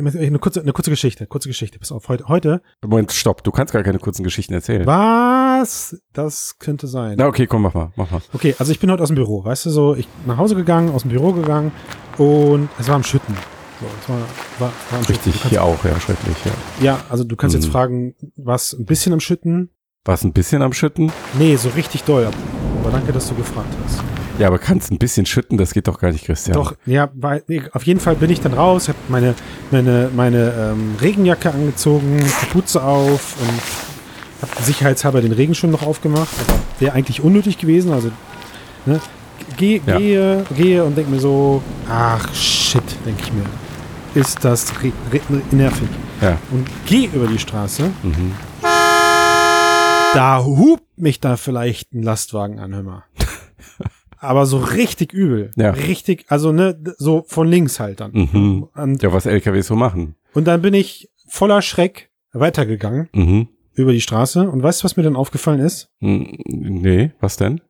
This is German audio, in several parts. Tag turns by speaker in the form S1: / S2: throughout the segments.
S1: Eine kurze, eine kurze Geschichte, kurze Geschichte. Pass auf, heute, heute.
S2: Moment, stopp, du kannst gar keine kurzen Geschichten erzählen.
S1: Was? Das könnte sein.
S2: Na okay, komm, mach mal, mach mal.
S1: Okay, also ich bin heute aus dem Büro, weißt du so, ich bin nach Hause gegangen, aus dem Büro gegangen und es war am Schütten. So, es war, war, war am Schütten.
S2: Richtig,
S1: Du kannst,
S2: hier auch, ja, schrecklich, ja.
S1: Ja, also du kannst jetzt
S2: Mhm.
S1: fragen, was ein bisschen am Schütten?
S2: Warst ein bisschen am Schütten?
S1: Nee, so richtig doll. Aber danke, dass du gefragt hast.
S2: Ja, aber kannst ein bisschen schütten, das geht doch gar nicht, Christian.
S1: Doch, ja, weil, nee, auf jeden Fall bin ich dann raus, habe meine, meine, meine ähm, Regenjacke angezogen, Kapuze auf und habe sicherheitshalber den Regenschirm noch aufgemacht. Aber wäre eigentlich unnötig gewesen. Also, ne, geh,
S2: Ja.
S1: gehe, gehe und denke mir so, ach shit, denke ich mir. Ist das re re nervig.
S2: Ja.
S1: Und gehe über die Straße.
S2: Mhm.
S1: Da hupt mich da vielleicht ein Lastwagen an, hör mal. Aber so richtig übel.
S2: Ja.
S1: Richtig, also ne, so von links halt dann.
S2: Mhm.
S1: Und,
S2: Ja, was LKWs so machen.
S1: und dann bin ich voller Schreck weitergegangen
S2: Mhm.
S1: über die Straße. Und weißt du, was mir dann aufgefallen ist?
S2: Mhm. Nee, was denn?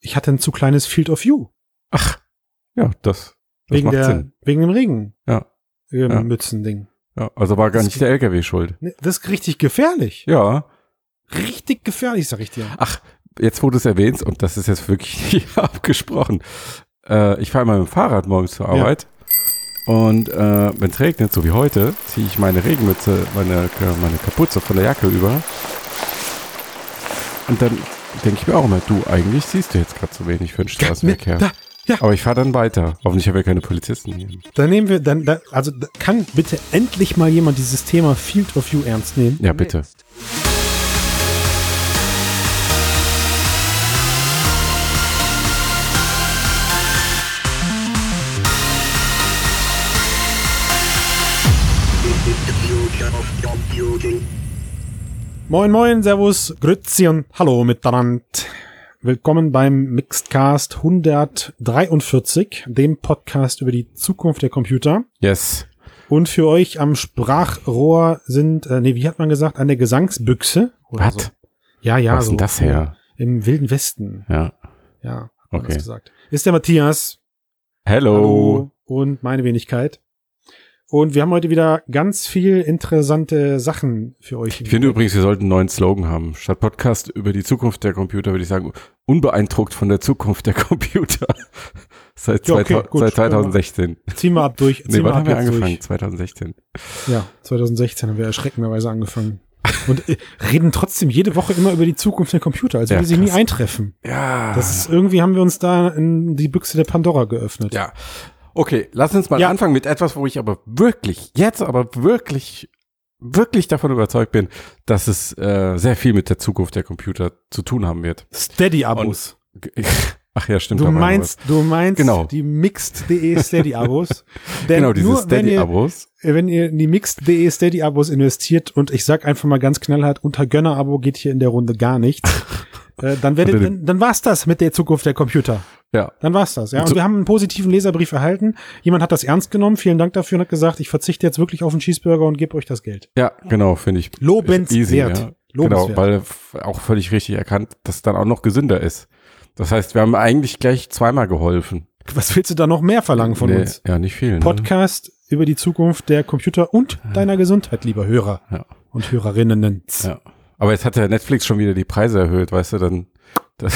S1: Ich hatte ein zu kleines Field of View.
S2: Ach, ja, das, das
S1: wegen,
S2: macht
S1: der,
S2: Sinn.
S1: wegen dem Regen.
S2: Ja.
S1: Ähm,
S2: Ja.
S1: Mützending.
S2: Ja, also war gar
S1: Das-
S2: nicht der LKW schuld.
S1: Ne, Das ist richtig gefährlich.
S2: Ja,
S1: Richtig gefährlich, sag ich dir.
S2: ach, jetzt wo du es erwähnst, und das ist jetzt wirklich nicht abgesprochen. Äh, ich fahre mal mit dem Fahrrad morgens zur Arbeit. Und äh, wenn es regnet, so wie heute, ziehe ich meine Regenmütze, meine, äh, meine Kapuze von der Jacke über. Und dann denke ich mir auch immer, du, eigentlich siehst du jetzt gerade zu wenig für den Straßenverkehr.
S1: Da, ja,
S2: Aber ich fahre dann weiter. Hoffentlich haben wir keine Polizisten hier.
S1: dann nehmen wir, dann, dann also da kann bitte endlich mal jemand dieses Thema Field of View ernst nehmen.
S2: Ja, bitte.
S1: Moin, moin, servus, grüezi und hallo miteinander. Willkommen beim Mixedcast 143, dem Podcast über die Zukunft der Computer.
S2: Yes.
S1: Und für euch am Sprachrohr sind, äh, nee, wie hat man gesagt, an der Gesangsbüchse. oder
S2: Was?
S1: So. Ja, ja,
S2: Was ist
S1: so.
S2: denn das her?
S1: Im Wilden Westen,
S2: Ja.
S1: ja, hat man
S2: Okay.
S1: das gesagt. Ist der Matthias.
S2: Hello.
S1: Und meine Wenigkeit. Und wir haben heute wieder ganz viel interessante Sachen für euch.
S2: Ich finde übrigens, wir sollten einen neuen Slogan haben. Statt Podcast über die Zukunft der Computer würde ich sagen, unbeeindruckt von der Zukunft der Computer. seit,
S1: Ja, okay,
S2: 2000,
S1: gut.
S2: seit 2016.
S1: Ziehen wir ab durch.
S2: Nee,
S1: ziehen wir
S2: wann
S1: ab
S2: haben wir
S1: jetzt
S2: angefangen?
S1: Durch.
S2: 2016.
S1: Ja, 2016 haben wir erschreckenderweise angefangen. Und äh, reden trotzdem jede Woche immer über die Zukunft der Computer, als
S2: Ja,
S1: würde sie nie
S2: krass. Ah.
S1: eintreffen.
S2: Ja.
S1: Das ist, irgendwie haben wir uns da in die Büchse der Pandora geöffnet.
S2: ja. Okay, lass uns mal
S1: Ja.
S2: anfangen mit etwas, wo ich aber wirklich, jetzt aber wirklich, wirklich davon überzeugt bin, dass es äh, sehr viel mit der Zukunft der Computer zu tun haben wird.
S1: Steady-Abos.
S2: Ach ja, stimmt.
S1: Du
S2: da war
S1: meinst, du meinst
S2: Genau.
S1: die Mixed.de Steady-Abos.
S2: noch was.
S1: Denn
S2: genau diese
S1: nur, wenn ihr-
S2: Steady-Abos.
S1: Äh, wenn ihr in die Mixed.de Steady-Abos investiert und ich sag einfach mal ganz knallhart, unter Gönner-Abo geht hier in der Runde gar nichts, äh, dann, werdet,
S2: Unter
S1: dann, dann war's das mit der Zukunft der Computer.
S2: Ja.
S1: Dann war's das. Ja, und
S2: So-
S1: wir haben einen positiven Leserbrief erhalten. Jemand hat das ernst genommen. Vielen Dank dafür und hat gesagt, ich verzichte jetzt wirklich auf einen Cheeseburger und gebe euch das Geld.
S2: Ja, genau, finde ich.
S1: Lobenswert.
S2: Ist ja.
S1: Lobenswert.
S2: Genau, weil f- auch völlig richtig erkannt, dass es dann auch noch gesünder ist. Das heißt, wir haben eigentlich gleich zweimal geholfen.
S1: Was willst du da noch mehr verlangen von
S2: Nee,
S1: uns?
S2: Ja, nicht viel. Ne?
S1: Podcast über die Zukunft der Computer und deiner Gesundheit, lieber Hörer
S2: Ja.
S1: und Hörerinnen.
S2: Ja. Aber jetzt hat ja Netflix schon wieder die Preise erhöht, weißt du, dann das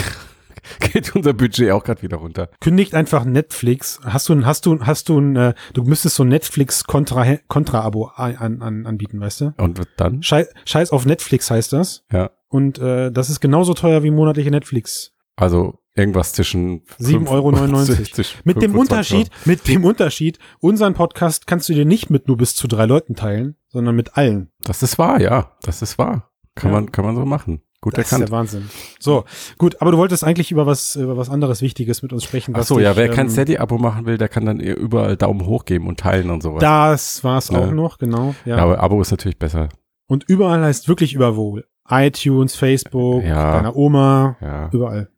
S2: geht unser Budget auch gerade wieder runter.
S1: Kündigt einfach Netflix. Hast du ein, hast du, hast du ein, äh, du müsstest so ein Netflix-Kontra-Abo Kontra Kontra-Abo an, an, an, anbieten, weißt du?
S2: Und dann?
S1: Schei Scheiß auf Netflix heißt das.
S2: Ja.
S1: Und äh, das ist genauso teuer wie monatliche Netflix.
S2: Also irgendwas zwischen
S1: 7,99.
S2: zwischen
S1: Mit dem
S2: 25
S1: Unterschied, mit dem Unterschied, unseren Podcast kannst du dir nicht mit nur bis zu drei Leuten teilen, sondern mit allen.
S2: Das ist wahr, ja. Das ist wahr. Kann,
S1: Ja.
S2: man, kann man so machen. Gut
S1: Das ist der
S2: erkannt.
S1: Wahnsinn. So, gut, aber du wolltest eigentlich über was, über was anderes Wichtiges mit uns sprechen.
S2: Ach
S1: was
S2: so, ja,
S1: dich,
S2: wer kein
S1: ähm,
S2: Steady-Abo machen will, der kann dann eh überall Daumen hoch geben und teilen und sowas.
S1: Das war's auch
S2: Ja.
S1: noch, genau. Ja.
S2: Ja, aber Abo ist natürlich besser.
S1: Und überall heißt wirklich überwohl. iTunes, Facebook,
S2: Ja.
S1: deiner Oma,
S2: Ja.
S1: überall.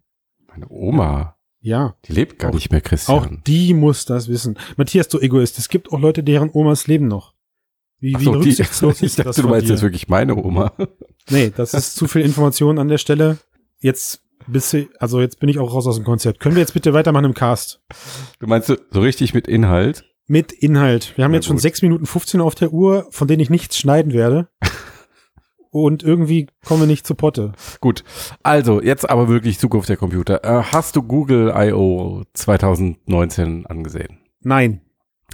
S2: Meine Oma,
S1: Ja,
S2: die lebt gar
S1: Auch-
S2: nicht mehr, Christian.
S1: auch die muss das wissen. Matthias, du Egoist, es gibt auch Leute, deren Omas leben noch. Wie,
S2: Ach
S1: wie
S2: so, die,
S1: rücksichtslos
S2: ich
S1: ist das
S2: dachte, du
S1: von
S2: meinst
S1: dir?
S2: jetzt wirklich meine Oma.
S1: Nee, das ist zu viel Information an der Stelle. Jetzt bist du, also jetzt bin ich auch raus aus dem Konzept. Können wir jetzt bitte weitermachen im Cast?
S2: Du meinst so so richtig mit Inhalt?
S1: mit Inhalt. Wir haben
S2: Na
S1: jetzt schon
S2: gut.
S1: 6 Minuten 15 auf der Uhr, von denen ich nichts schneiden werde. Und irgendwie kommen wir nicht zu Potte.
S2: Gut. Also, jetzt aber wirklich Zukunft der Computer. Äh, hast du Google I.O. 2019 angesehen?
S1: Nein.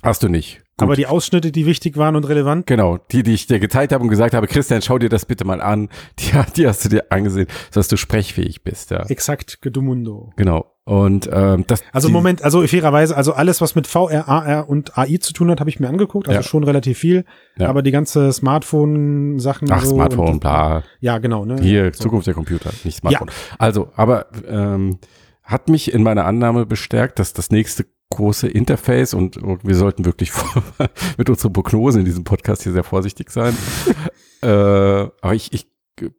S2: Hast du nicht. Gut.
S1: Aber die Ausschnitte, die wichtig waren und relevant,
S2: Genau, die, die ich dir gezeigt habe und gesagt habe, Christian, schau dir das bitte mal an. Die, die hast du dir angesehen, sodass du sprechfähig bist, ja.
S1: exakt Gedumundo.
S2: Genau. Und ähm, das.
S1: Also
S2: die,
S1: Moment, also fairerweise, also alles, was mit VR, AR und AI zu tun hat, habe ich mir angeguckt, also
S2: Ja.
S1: schon relativ viel.
S2: Ja.
S1: Aber die ganze Smartphone-Sachen.
S2: Ach,
S1: so
S2: Smartphone,
S1: und-
S2: bla.
S1: Ja, genau. Ne?
S2: Hier,
S1: so.
S2: Zukunft der Computer, nicht Smartphone. Also, aber ähm, hat mich in meiner Annahme bestärkt, dass das nächste große Interface und wir sollten wirklich vor- mit unseren Prognosen in diesem Podcast hier sehr vorsichtig sein. äh, aber ich, ich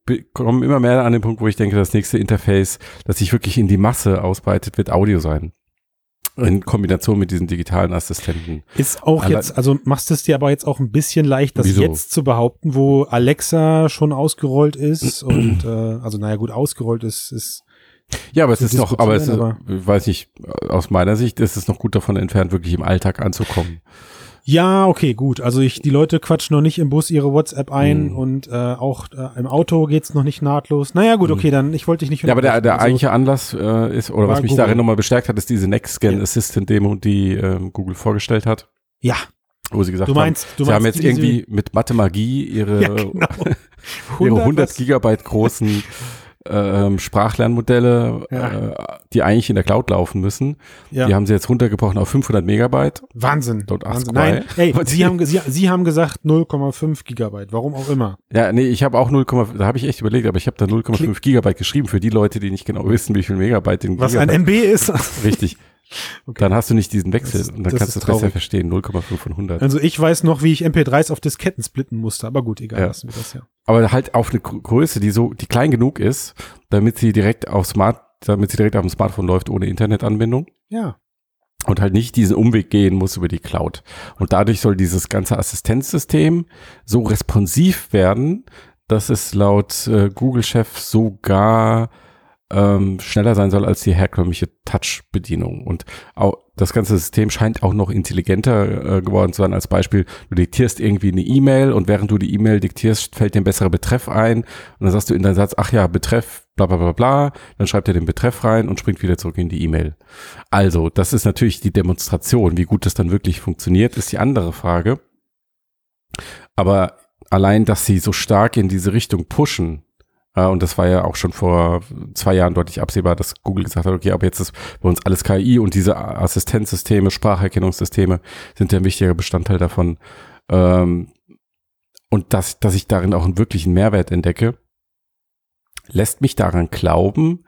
S2: be- komme immer mehr an den Punkt, wo ich denke, das nächste Interface, das sich wirklich in die Masse ausbreitet, wird Audio sein. In Kombination mit diesen digitalen Assistenten.
S1: Ist auch
S2: Alle-
S1: jetzt, also machst es dir aber jetzt auch ein bisschen leicht, das
S2: Wieso?
S1: jetzt zu behaupten, wo Alexa schon ausgerollt ist und äh, also naja gut, ausgerollt ist, ist
S2: Ja, aber es
S1: zu
S2: ist noch, aber es ist,
S1: diskutieren,
S2: ich weiß nicht, aus meiner Sicht ist es noch gut davon entfernt, wirklich im Alltag anzukommen.
S1: ja, okay, gut. Also ich, die Leute quatschen noch nicht im Bus ihre WhatsApp ein
S2: Mhm.
S1: und äh, auch äh, im Auto geht's noch nicht nahtlos. Naja gut, okay, dann ich wollte dich nicht
S2: Hm. Ja, aber der, der
S1: unterbrechen.
S2: eigentliche Anlass äh, ist, oder
S1: War
S2: was mich
S1: Google.
S2: darin nochmal bestärkt hat, ist diese NextGen
S1: Ja.
S2: Assistant Demo, die ähm, Google vorgestellt hat,
S1: Also, Ja,
S2: wo sie gesagt
S1: du meinst,
S2: haben,
S1: du
S2: sie
S1: meinst
S2: haben jetzt
S1: diese-
S2: irgendwie mit Mathemagie ihre,
S1: ja, genau.
S2: ihre 100
S1: was-
S2: Gigabyte großen ähm, Sprachlernmodelle,
S1: Ja.
S2: äh, die eigentlich in der Cloud laufen müssen,
S1: ja.
S2: die haben sie jetzt runtergebrochen auf 500 Megabyte.
S1: Wahnsinn.
S2: Don't ask
S1: Wahnsinn. Nein,
S2: why.
S1: ey,
S2: Und
S1: sie
S2: die-
S1: haben, ge- sie, sie haben gesagt 0,5 Gigabyte, warum auch immer.
S2: Ja, nee, ich habe auch 0,5, da habe ich echt überlegt, aber ich habe da 0,5 Gigabyte geschrieben für die Leute, die nicht genau wissen, wie viel Megabyte in
S1: Was ein
S2: Gigabyte
S1: MB ist.
S2: Richtig.
S1: Okay.
S2: Dann hast du nicht diesen Wechsel
S1: Das ist-
S2: und dann
S1: das
S2: kannst
S1: ist
S2: du es besser
S1: traurig.
S2: verstehen, 0,5 von 100.
S1: Also ich weiß noch, wie ich MP3s auf Disketten splitten musste, aber gut, egal,
S2: Ja.
S1: lassen wir das ja.
S2: Aber halt auf eine Gr- Größe, die so, die klein genug ist, damit sie direkt auf Smart, damit sie direkt auf dem Smartphone läuft ohne Internetanbindung
S1: Ja.
S2: und halt nicht diesen Umweg gehen muss über die Cloud. Und dadurch soll dieses ganze Assistenzsystem so responsiv werden, dass es laut äh, Google-Chef sogar ähm, schneller sein soll als die herkömmliche Touch-Bedienung. Und auch das ganze System scheint auch noch intelligenter äh, geworden zu sein. Als Beispiel, du diktierst irgendwie eine E-Mail und während du die E-Mail diktierst, fällt dir ein besserer Betreff ein. Und dann sagst du in deinen Satz, ach ja, Betreff, bla bla bla bla. Dann schreibt er den Betreff rein und springt wieder zurück in die E-Mail. Also, das ist natürlich die Demonstration. Wie gut das dann wirklich funktioniert, ist die andere Frage. Aber allein, dass sie so stark in diese Richtung pushen, äh, und das war ja auch schon vor zwei Jahren deutlich absehbar, dass Google gesagt hat, okay, aber jetzt ist bei uns alles KI und diese Assistenzsysteme, Spracherkennungssysteme sind ja ein wichtiger Bestandteil davon. Ähm, und dass, dass ich darin auch einen wirklichen Mehrwert entdecke, lässt mich daran glauben,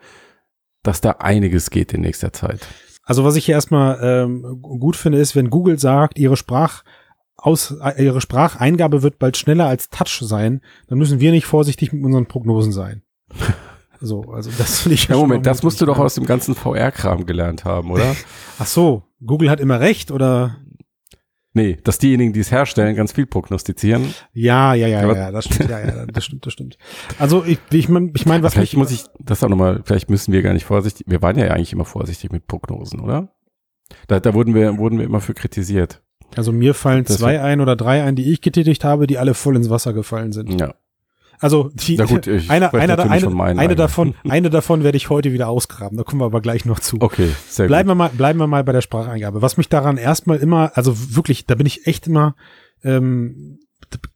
S2: dass da einiges geht in nächster Zeit.
S1: Also was ich hier erstmal ähm, gu- gut finde, ist, wenn Google sagt, ihre Sprach aus, äh, ihre Spracheingabe wird bald schneller als Touch sein, dann müssen wir nicht vorsichtig mit unseren Prognosen sein. So, also das finde ich.
S2: Ja,
S1: schon
S2: Moment,
S1: mal
S2: das musst du
S1: mutig.
S2: doch aus dem ganzen VR-Kram gelernt haben, oder?
S1: Ach so, Google hat immer recht oder?
S2: nee, dass diejenigen, die es herstellen, ganz viel prognostizieren.
S1: Ja, ja, ja,
S2: Aber-
S1: ja, das stimmt, ja, ja, das stimmt, das stimmt. Also ich, ich meine, ich mein, was
S2: vielleicht
S1: mich-
S2: muss ich das auch nochmal, vielleicht müssen wir gar nicht vorsichtig, wir waren ja eigentlich immer vorsichtig mit Prognosen, oder? Da, da wurden, wir, wurden wir immer für kritisiert.
S1: Also mir fallen
S2: Das-
S1: zwei ein oder drei ein, die ich getätigt habe, die alle voll ins Wasser gefallen sind.
S2: Ja.
S1: Also die,
S2: Na gut, ich
S1: einer,
S2: spreche
S1: einer,
S2: natürlich
S1: eine,
S2: von meinen
S1: eine
S2: eigenen.
S1: davon, eine davon werde ich heute wieder ausgraben. Da kommen wir aber gleich noch zu.
S2: Okay, sehr
S1: Bleiben wir mal, bleiben wir mal bei der Spracheingabe. Was mich daran erstmal immer, also wirklich, da bin ich echt immer ähm,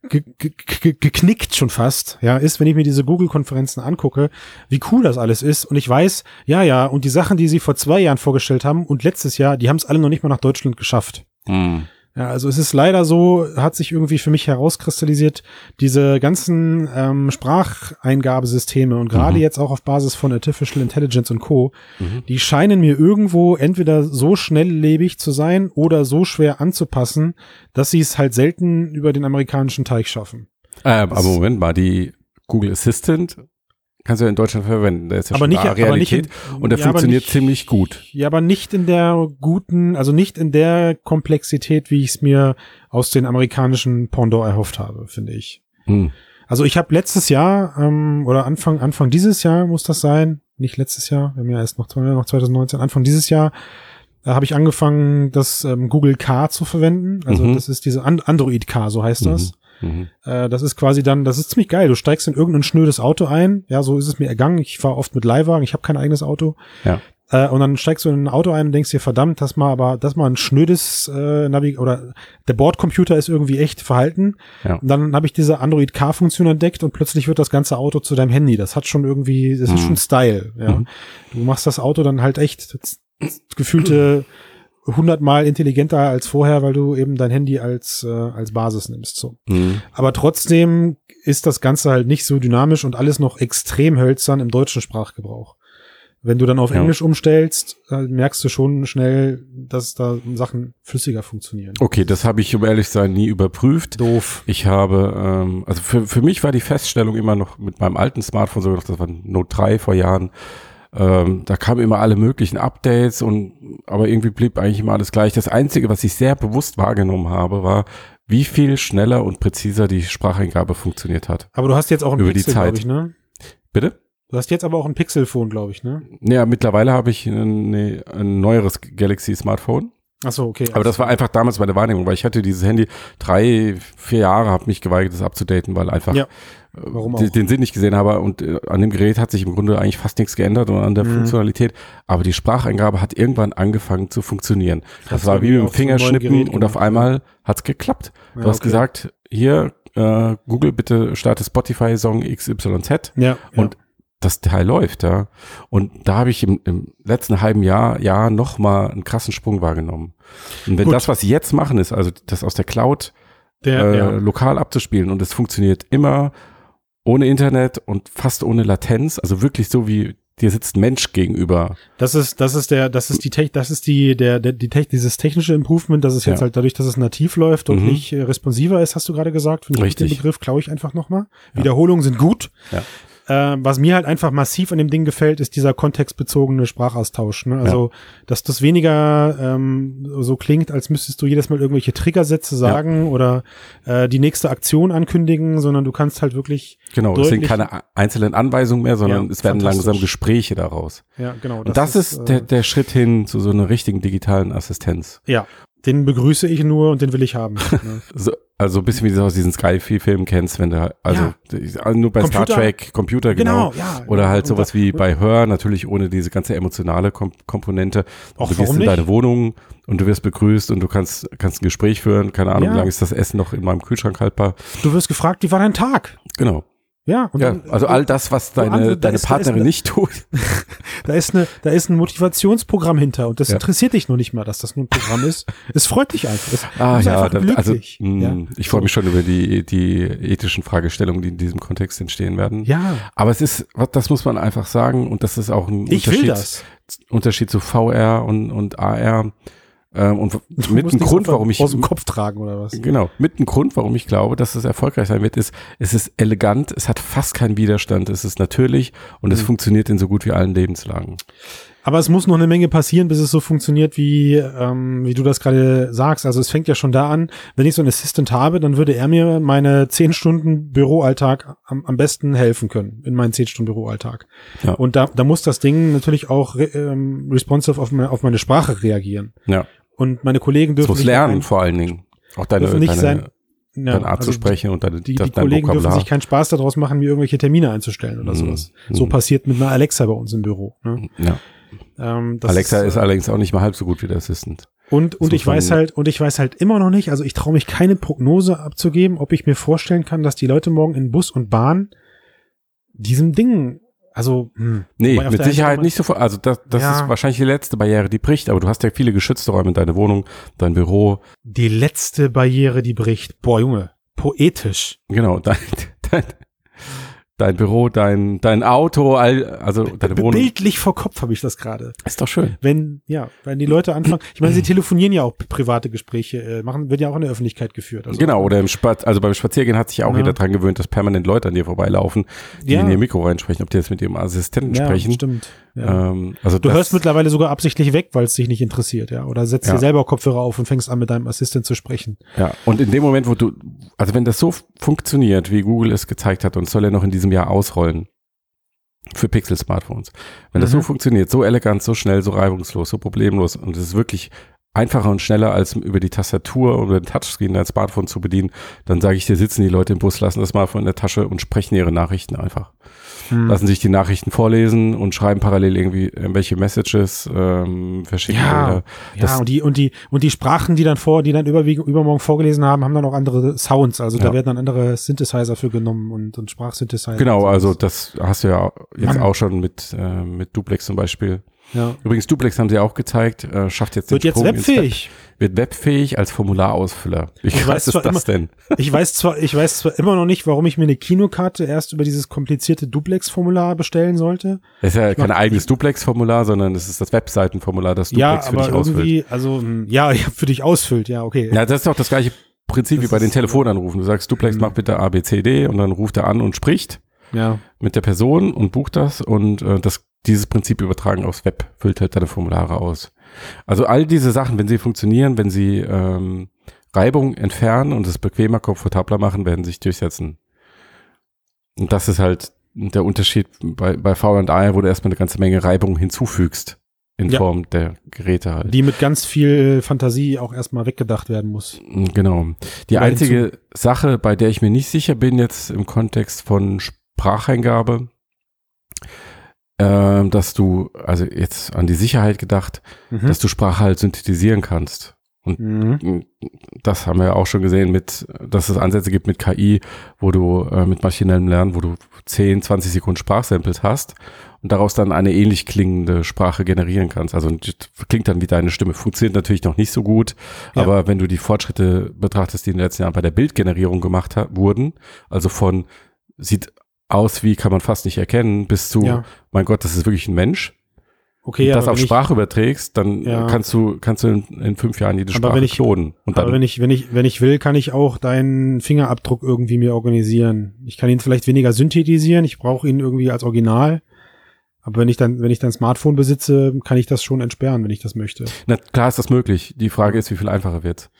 S1: ge ge ge geknickt schon fast, ja, ist, wenn ich mir diese Google-Konferenzen angucke, wie cool das alles ist. Und ich weiß, ja, ja, und die Sachen, die sie vor zwei Jahren vorgestellt haben und letztes Jahr, die haben es alle noch nicht mal nach Deutschland geschafft.
S2: gut. Hm.
S1: Ja, also es ist leider so, hat sich irgendwie für mich herauskristallisiert, diese ganzen ähm, Spracheingabesysteme und gerade
S2: Mhm.
S1: jetzt auch auf Basis von Artificial Intelligence und Co.,
S2: Mhm.
S1: die scheinen mir irgendwo entweder so schnelllebig zu sein oder so schwer anzupassen, dass sie es halt selten über den amerikanischen Teich schaffen.
S2: Ähm, aber
S1: Das-
S2: Moment mal, die Google Assistant kannst du ja in Deutschland verwenden. Der ist ja
S1: Aber
S2: schon
S1: nicht,
S2: da
S1: aber nicht in,
S2: Realität und der
S1: ja, aber
S2: funktioniert
S1: nicht-
S2: ziemlich gut.
S1: Ja, aber nicht in der guten, also nicht in der Komplexität, wie ich es mir aus den amerikanischen Pendant erhofft habe, finde ich.
S2: Hm.
S1: Also ich habe letztes Jahr ähm, oder Anfang Anfang dieses Jahr muss das sein, nicht letztes Jahr, wir haben ja erst noch, wir haben ja noch 2019, Anfang dieses Jahr äh, habe ich angefangen, das ähm, Google Car zu verwenden. Also
S2: Mhm.
S1: das ist diese An Android Car, so heißt das.
S2: Mhm.
S1: Äh, das ist quasi dann, das ist ziemlich geil. Du steigst in irgendein schnödes Auto ein. Ja, so ist es mir ergangen. Ich fahre oft mit Leihwagen. Ich habe kein eigenes Auto.
S2: Ja.
S1: Äh, und dann steigst du in ein Auto ein und denkst dir, verdammt, das mal aber, das mal ein schnödes äh, Navi oder der Bordcomputer ist irgendwie echt verhalten.
S2: Ja.
S1: Und dann habe ich diese Android Car-Funktion entdeckt und plötzlich wird das ganze Auto zu deinem Handy. Das hat schon irgendwie, das ist
S2: Mhm.
S1: schon Style. Ja.
S2: Mhm.
S1: Du machst das Auto dann halt echt z- z- gefühlte hundertmal intelligenter als vorher, weil du eben dein Handy als, äh, als Basis nimmst. So.
S2: Mhm.
S1: Aber trotzdem ist das Ganze halt nicht so dynamisch und alles noch extrem hölzern im deutschen Sprachgebrauch. Wenn du dann auf
S2: Ja.
S1: Englisch umstellst, äh, merkst du schon schnell, dass da Sachen flüssiger funktionieren.
S2: Okay, das habe ich, um ehrlich zu sein, nie überprüft.
S1: Doof.
S2: Ich habe, ähm, also für, für mich war die Feststellung immer noch mit meinem alten Smartphone, sogar noch, das war ein Note 3 vor Jahren, ähm, da kamen immer alle möglichen Updates und aber irgendwie blieb eigentlich immer alles gleich. Das Einzige, was ich sehr bewusst wahrgenommen habe, war, wie viel schneller und präziser die Spracheingabe funktioniert hat.
S1: Aber du hast jetzt auch ein
S2: Über die
S1: Pixel, glaube
S2: Zeit.
S1: ich, ne?
S2: Bitte?
S1: Du hast jetzt aber auch ein Pixelphone, glaube ich, ne?
S2: Ja, mittlerweile habe ich ein, nee, ein neueres Galaxy Smartphone.
S1: Ach so, okay.
S2: Aber das war einfach damals meine Wahrnehmung, weil ich hatte dieses Handy drei, vier Jahre, habe mich geweigert, das abzudaten, weil einfach
S1: Ja.
S2: äh,
S1: Warum
S2: den,
S1: auch?
S2: den Sinn nicht gesehen habe. Und äh, an dem Gerät hat sich im Grunde eigentlich fast nichts geändert und an der
S1: Mhm.
S2: Funktionalität. Aber die Spracheingabe hat irgendwann angefangen zu funktionieren. Das,
S1: Hat's
S2: war wie
S1: irgendwie
S2: mit dem
S1: auch zu einem neuen
S2: Fingerschnippen
S1: Gerät
S2: und auf
S1: gemacht,
S2: einmal hat's geklappt.
S1: Ja,
S2: du hast
S1: okay.
S2: gesagt, hier, äh, Google, bitte starte Spotify-Song XYZ.
S1: Ja, ja.
S2: Und das Teil läuft, ja. Und da habe ich im, im letzten halben Jahr, Jahr nochmal einen krassen Sprung wahrgenommen. Und wenn
S1: Gut.
S2: das, was sie jetzt machen, ist, also das aus der Cloud
S1: der,
S2: äh,
S1: ja.
S2: lokal abzuspielen und es funktioniert immer ohne Internet und fast ohne Latenz, also wirklich so wie dir sitzt ein Mensch gegenüber.
S1: Das ist, das ist der, das ist die Tech, das ist die, der, der die Tech, dieses technische Improvement, das ist jetzt
S2: Ja.
S1: halt dadurch, dass es nativ läuft und
S2: Mhm.
S1: nicht äh, responsiver ist, hast du gerade gesagt. Finde ich gut, Den
S2: Richtig.
S1: Begriff klaue ich einfach nochmal.
S2: Ja.
S1: Wiederholungen sind gut.
S2: Ja.
S1: Äh, was mir halt einfach massiv an dem Ding gefällt, ist dieser kontextbezogene Sprachaustausch. Ne? Also, dass das weniger ähm, so klingt, als müsstest du jedes Mal irgendwelche Triggersätze sagen oder äh, die nächste Aktion ankündigen, sondern du kannst halt wirklich,
S2: Genau, es sind
S1: Deutlich-
S2: keine a- einzelnen Anweisungen mehr, sondern
S1: Ja,
S2: es werden langsam
S1: fantastisch.
S2: Gespräche daraus.
S1: ja genau.
S2: Und das, ist,
S1: äh,
S2: der, der Schritt hin zu so einer richtigen digitalen Assistenz.
S1: ja, den begrüße ich nur und den will ich haben. ne?
S2: So, also ein bisschen wie du aus diesen Sky-Film kennst, wenn du, also, also nur bei
S1: Computer.
S2: Star Trek, Computer, genau.
S1: Genau, ja.
S2: Oder halt
S1: Und
S2: sowas
S1: da-
S2: wie
S1: und-
S2: bei Hör, natürlich ohne diese ganze emotionale Kom Komponente.
S1: Och,
S2: du gehst
S1: warum
S2: in
S1: nicht?
S2: deine Wohnung und du wirst begrüßt und du kannst, kannst ein Gespräch führen. Keine Ahnung,
S1: Ja.
S2: wie lange ist das Essen noch in meinem Kühlschrank haltbar.
S1: Du wirst gefragt, wie war dein Tag?
S2: Genau.
S1: Ja, und
S2: Ja,
S1: dann, äh,
S2: also all das, was
S1: andere-
S2: deine,
S1: da
S2: deine
S1: ist- da ist
S2: Partnerin
S1: eine-
S2: nicht tut.
S1: da ist eine, da ist ein Motivationsprogramm hinter und das
S2: Ja.
S1: interessiert dich noch nicht mal, dass das nur ein Programm ist. Es freut dich einfach. Es,
S2: Ah
S1: bist
S2: ja,
S1: einfach
S2: da, also
S1: glücklich,
S2: mh,
S1: ja.
S2: ich freue mich schon über die, die ethischen Fragestellungen, die in diesem Kontext entstehen werden.
S1: ja,
S2: Aber es ist, was- das muss man einfach sagen und das ist auch ein
S1: ich
S2: Unterschied.
S1: will das.
S2: Unterschied zu VR und, und AR. Ähm, und
S1: Du
S2: mit
S1: musst
S2: dem
S1: nichts
S2: Grund,
S1: aus-
S2: warum ich
S1: aus dem Kopf tragen oder was?
S2: genau mit dem Grund, warum ich glaube, dass es erfolgreich sein wird, ist, es ist elegant, es hat fast keinen Widerstand, es ist natürlich und es
S1: Mhm.
S2: funktioniert in so gut wie allen Lebenslagen.
S1: Aber es muss noch eine Menge passieren, bis es so funktioniert, wie, ähm, wie du das gerade sagst. Also es fängt ja schon da an, wenn ich so einen Assistant habe, dann würde er mir meine 10 Stunden Büroalltag am, am besten helfen können, in meinen 10 Stunden Büroalltag.
S2: Ja.
S1: Und da, da muss das Ding natürlich auch re ähm, responsive auf, meine- auf meine Sprache reagieren.
S2: Ja,
S1: Und meine Kollegen
S2: es
S1: dürfen
S2: muss
S1: sich
S2: lernen
S1: kein-
S2: vor allen Dingen. Auch deine,
S1: dürfen nicht
S2: deine,
S1: sein- ja,
S2: deine Art
S1: also
S2: zu sprechen und deine,
S1: Die,
S2: dein
S1: die Kollegen dürfen
S2: Vokabular.
S1: sich keinen Spaß daraus machen, mir irgendwelche Termine einzustellen oder
S2: Mhm.
S1: sowas. So
S2: Mhm.
S1: passiert mit einer Alexa bei uns im Büro. Ne?
S2: ja.
S1: Ähm, das
S2: Alexa ist,
S1: äh,
S2: allerdings auch nicht mal halb so gut wie der Assistant.
S1: Und, und
S2: muss
S1: ich weiß
S2: man-
S1: halt, und ich weiß halt immer noch nicht, also ich traue mich keine Prognose abzugeben, ob ich mir vorstellen kann, dass die Leute morgen in Bus und Bahn diesem Ding, also, hm,
S2: Nee,
S1: Wobei auf
S2: mit
S1: der einen
S2: Sicherheit
S1: Seite-
S2: nicht sofort. Also das, das
S1: Ja.
S2: ist wahrscheinlich die letzte Barriere, die bricht, aber du hast ja viele geschützte Räume, deine Wohnung, dein Büro,
S1: die letzte Barriere, die bricht. Boah, Junge, poetisch.
S2: Genau, dein, dein, dein Büro, dein, dein Auto, all, also deine Wohnung.
S1: Bildlich vor Kopf habe ich das gerade.
S2: Ist doch schön.
S1: Wenn, ja, wenn die Leute anfangen, ich meine, sie telefonieren ja auch private Gespräche, äh, machen, wird ja auch in der Öffentlichkeit geführt. Also,
S2: genau, oder im Spaz also beim Spaziergehen hat sich auch
S1: Ja.
S2: jeder dran gewöhnt, dass permanent Leute an dir vorbeilaufen, die
S1: Ja.
S2: in ihr Mikro reinsprechen, ob die jetzt mit ihrem Assistenten
S1: ja,
S2: sprechen.
S1: stimmt. Ja.
S2: Ähm, also
S1: Du
S2: das,
S1: hörst mittlerweile sogar absichtlich weg, weil es dich nicht interessiert, ja. Oder setzt
S2: Ja.
S1: dir selber Kopfhörer auf und fängst an, mit deinem Assistent zu sprechen.
S2: Ja, und in dem Moment, wo du, also wenn das so funktioniert, wie Google es gezeigt hat, und soll er noch in diesem Jahr ausrollen, für Pixel-Smartphones. Wenn
S1: Mhm.
S2: das so funktioniert, so elegant, so schnell, so reibungslos, so problemlos und es ist wirklich einfacher und schneller als über die Tastatur oder den Touchscreen dein Smartphone zu bedienen, dann sage ich dir, sitzen die Leute im Bus, lassen das Smartphone in der Tasche und sprechen ihre Nachrichten einfach.
S1: Hm.
S2: Lassen sich die Nachrichten vorlesen und schreiben parallel irgendwie irgendwelche Messages, ähm, verschicken
S1: Ja,
S2: Bilder.
S1: ja
S2: das-
S1: und, die, und, die, und die Sprachen, die dann vor, die dann überwiegend übermorgen vorgelesen haben, haben dann auch andere Sounds. Also
S2: Ja.
S1: da werden dann andere Synthesizer für genommen und, und Sprachsynthesizer.
S2: Genau,
S1: und
S2: also
S1: sowas.
S2: das hast du ja jetzt
S1: Mann.
S2: auch schon mit, äh, mit Duplex zum Beispiel.
S1: Ja.
S2: Übrigens, Duplex haben sie auch gezeigt, äh, schafft jetzt den
S1: Wird jetzt
S2: Sprung ins Web.
S1: webfähig.
S2: Wird webfähig als Formularausfüller. Wie
S1: Ich
S2: krass
S1: weiß
S2: ist
S1: zwar
S2: das denn?
S1: Ich weiß zwar, ich weiß zwar immer noch nicht, warum ich mir eine Kinokarte erst über dieses komplizierte Duplex-Formular bestellen sollte.
S2: Das ist ja kein
S1: mach-
S2: eigenes Duplex-Formular, sondern es ist das Webseitenformular, das
S1: ja,
S2: Duplex für
S1: aber
S2: dich ausfüllt.
S1: irgendwie, also hm, ja, ja, für dich ausfüllt, ja, okay.
S2: Ja, das ist doch das gleiche Prinzip
S1: Das
S2: wie bei den
S1: ist-
S2: Telefonanrufen. Du sagst, Duplex,
S1: Mhm.
S2: mach bitte A, B, C, D und dann ruft er an und spricht
S1: ja.
S2: mit der Person und bucht das und äh, das, dieses Prinzip übertragen aufs Web, füllt halt deine Formulare aus. Also all diese Sachen, wenn sie funktionieren, wenn sie ähm, Reibung entfernen und es bequemer, komfortabler machen, werden sich durchsetzen. Und das ist halt der Unterschied bei, bei V&I, wo du erstmal eine ganze Menge Reibung hinzufügst in
S1: Ja.
S2: Form der Geräte halt.
S1: Die mit ganz viel Fantasie auch erstmal weggedacht werden muss.
S2: Genau. Die
S1: Oder
S2: einzige Sache, bei der ich mir nicht sicher bin, jetzt im Kontext von Spracheingabe, ähm, dass du, also jetzt an die Sicherheit gedacht,
S1: Mhm.
S2: dass du Sprache halt synthetisieren kannst.
S1: Mhm.
S2: Das haben wir ja auch schon gesehen mit, dass es Ansätze gibt mit KI, wo du äh, mit maschinellem Lernen, wo du 10, 20 Sekunden Sprachsamples hast und daraus dann eine ähnlich klingende Sprache generieren kannst. Also die klingt dann wie deine Stimme. Funktioniert natürlich noch nicht so gut,
S1: Ja.
S2: aber wenn du die Fortschritte betrachtest, die in den letzten Jahren bei der Bildgenerierung gemacht ha- wurden, also von sieht aus wie kann man fast nicht erkennen, bis zu,
S1: Ja.
S2: mein Gott, das ist wirklich ein Mensch.
S1: Okay,
S2: das
S1: aber
S2: auf
S1: wenn ich-
S2: Sprache überträgst, dann
S1: Ja.
S2: kannst du, kannst du in, in fünf Jahren jede
S1: Aber
S2: Sprache
S1: wenn ich-
S2: klonen. Und
S1: Aber
S2: dann
S1: wenn ich, wenn ich, wenn ich will, kann ich auch deinen Fingerabdruck irgendwie mir organisieren. Ich kann ihn vielleicht weniger synthetisieren, ich brauche ihn irgendwie als Original. Aber wenn ich dann, wenn ich dann Smartphone besitze, kann ich das schon entsperren, wenn ich das möchte.
S2: Na klar ist das möglich. Die Frage ist, wie viel einfacher wird's.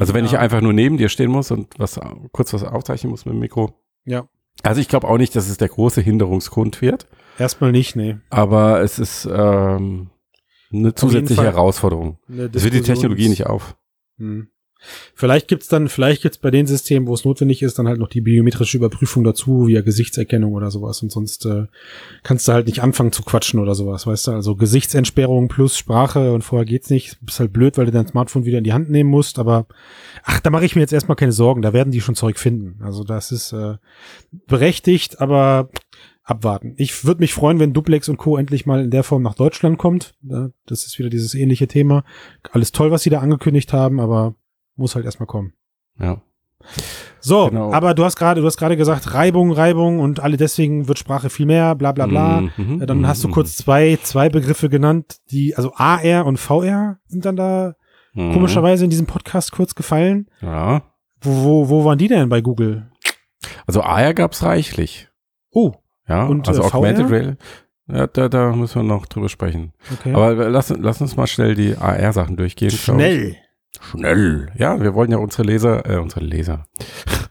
S2: Also wenn ich einfach nur neben dir stehen muss und was kurz was aufzeichnen muss mit dem Mikro.
S1: Ja.
S2: Also ich glaube auch nicht, dass es der große Hinderungsgrund wird,
S1: Erstmal nicht, nee.
S2: aber es ist ähm, eine zusätzliche
S1: Fall.
S2: Herausforderung. Es wird die Technologie nicht auf.
S1: Hm. Vielleicht gibt's dann, vielleicht gibt's bei den Systemen, wo es notwendig ist, dann halt noch die biometrische Überprüfung dazu, via Gesichtserkennung oder sowas. Und sonst äh, kannst du halt nicht anfangen zu quatschen oder sowas, weißt du? Also Gesichtsentsperrung plus Sprache und vorher geht's nicht. Ist halt blöd, weil du dein Smartphone wieder in die Hand nehmen musst, aber ach, da mache ich mir jetzt erstmal keine Sorgen, da werden die schon Zeug finden. Also das ist äh, berechtigt, aber abwarten. Ich würde mich freuen, wenn Duplex und Co. endlich mal in der Form nach Deutschland kommt. Ja, Das ist wieder dieses ähnliche Thema. Alles toll, was sie da angekündigt haben, aber muss halt erstmal kommen.
S2: Ja.
S1: So,
S2: Genau.
S1: aber du hast gerade, du hast gerade gesagt, Reibung, Reibung und alle deswegen wird Sprache viel mehr, bla bla bla.
S2: Mhm.
S1: Ja, Dann hast du
S2: Mhm.
S1: kurz zwei, zwei Begriffe genannt, die, also AR und VR sind dann da
S2: Mhm.
S1: komischerweise in diesem Podcast kurz gefallen.
S2: Ja.
S1: Wo, wo, wo waren die denn bei Google?
S2: Also AR gab's reichlich.
S1: Oh,
S2: Ja.
S1: Und,
S2: also
S1: äh, VR?
S2: Augmented Real. Ja, da, da müssen wir noch drüber sprechen.
S1: okay.
S2: Aber lass, lass uns mal schnell die AR-Sachen durchgehen. glaub ich. Schnell. Ja, wir wollen ja unsere Leser, äh, unsere Leser,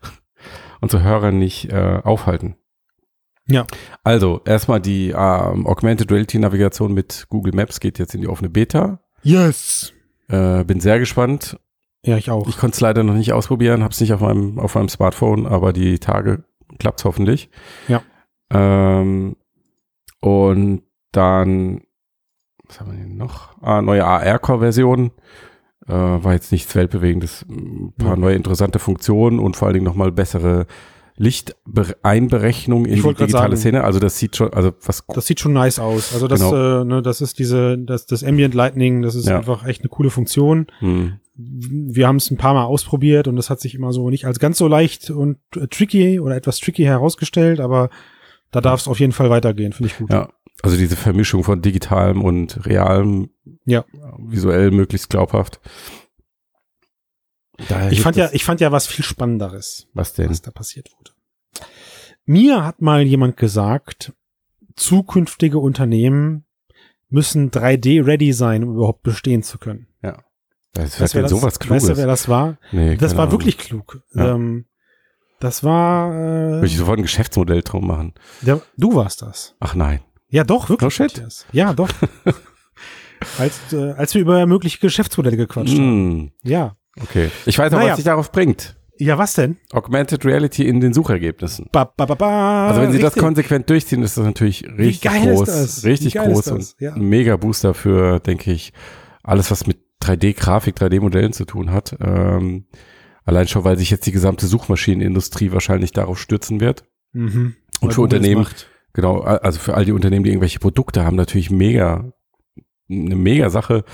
S2: unsere Hörer nicht äh, aufhalten.
S1: Ja.
S2: Also, erstmal die ähm, Augmented Reality Navigation mit Google Maps geht jetzt in die offene Beta.
S1: Yes.
S2: Äh, bin sehr gespannt.
S1: Ja, ich auch.
S2: Ich konnte es leider noch nicht ausprobieren, habe es nicht auf meinem, auf meinem Smartphone, aber die Tage klappt es hoffentlich.
S1: Ja.
S2: Ähm, und dann, was haben wir denn noch? Ah, neue AR-Core-Version. Äh, war jetzt nichts Weltbewegendes. Ein paar
S1: Ja.
S2: neue interessante Funktionen und vor allen Dingen nochmal bessere Lichteinberechnung in
S1: Ich
S2: die
S1: wollte
S2: digitale
S1: grad sagen.
S2: Szene. Also das sieht schon, also was
S1: Das sieht schon nice aus. Also das, äh, ne, das ist diese, das, das Ambient Lightning, das ist
S2: Genau. Ja.
S1: einfach echt eine coole Funktion.
S2: hm.
S1: Wir haben es ein paar Mal ausprobiert und das hat sich immer so nicht als ganz so leicht und äh, tricky oder etwas tricky herausgestellt, aber da darf es auf jeden Fall weitergehen, finde ich gut.
S2: Ja, also diese Vermischung von digitalem und realem,
S1: Ja.
S2: visuell möglichst glaubhaft. Daher
S1: ich
S2: hilft
S1: fand ja,
S2: es-
S1: ich fand ja was viel Spannenderes,
S2: was denn?
S1: was da passiert wurde. Mir hat mal jemand gesagt, zukünftige Unternehmen müssen 3D-ready sein, um überhaupt bestehen zu können.
S2: Das wäre
S1: wer
S2: sowas
S1: Weißt du,
S2: Kluges.
S1: wer das war?
S2: nee,
S1: Das
S2: keine
S1: war
S2: Ahnung.
S1: wirklich klug.
S2: Ja.
S1: Ähm, Das war.
S2: Würde
S1: Äh,
S2: ich sofort ein Geschäftsmodell drum machen.
S1: der, du warst das.
S2: Ach nein.
S1: Ja, doch, wirklich.
S2: No shit.
S1: Matthias. Ja, doch. als, äh, als wir über mögliche Geschäftsmodelle gequatscht haben.
S2: Mm,
S1: Ja.
S2: okay. Ich weiß aber,
S1: Naja.
S2: was sich darauf bringt.
S1: Ja, was denn?
S2: Augmented Reality in den Suchergebnissen.
S1: Ba, ba, ba, ba,
S2: Also wenn sie das
S1: Ah, richtig.
S2: konsequent durchziehen, ist das natürlich richtig
S1: geil ist
S2: groß,
S1: das? Wie
S2: richtig
S1: geil ist
S2: groß
S1: das?
S2: und
S1: Ja.
S2: ein mega Booster für, denke ich, alles was mit 3D-Grafik, 3D-Modellen zu tun hat. Ähm, allein schon, weil sich jetzt die gesamte Suchmaschinenindustrie wahrscheinlich darauf stürzen wird.
S1: Mhm.
S2: Und
S1: Weil Google
S2: für
S1: es
S2: Unternehmen,
S1: macht.
S2: genau, a- also für all die Unternehmen, die irgendwelche Produkte haben, natürlich mega, eine mega Sache,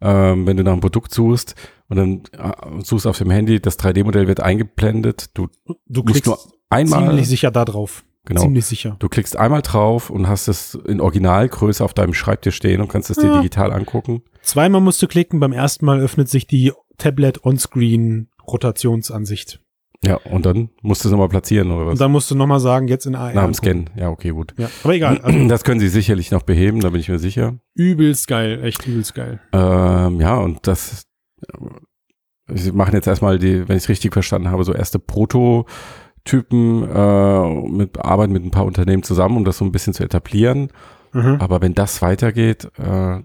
S2: ähm, wenn du nach einem Produkt suchst und dann äh, suchst auf dem Handy, das 3D-Modell wird eingeblendet, du
S1: Du
S2: musst
S1: klickst
S2: nur einmal,
S1: ziemlich sicher da drauf.
S2: genau,
S1: Ziemlich sicher.
S2: du klickst einmal drauf und hast es in Originalgröße auf deinem Schreibtisch stehen und kannst es dir
S1: Ja.
S2: digital angucken.
S1: Zweimal musst du klicken, beim ersten Mal öffnet sich die Tablet-on-Screen-Rotationsansicht.
S2: Ja, und dann musst du es nochmal platzieren oder
S1: Und
S2: was?
S1: dann musst du nochmal sagen, jetzt in AR.
S2: Nach dem Scan. Ja, okay, gut.
S1: Ja, aber egal. Also,
S2: Das können sie sicherlich noch beheben, da bin ich mir sicher.
S1: übelst geil, echt übelst geil.
S2: Ähm, ja, und das äh, sie machen jetzt erstmal die, wenn ich es richtig verstanden habe, so erste Prototypen äh, mit arbeiten mit ein paar Unternehmen zusammen, um das so ein bisschen zu etablieren.
S1: Mhm.
S2: Aber wenn das weitergeht, äh,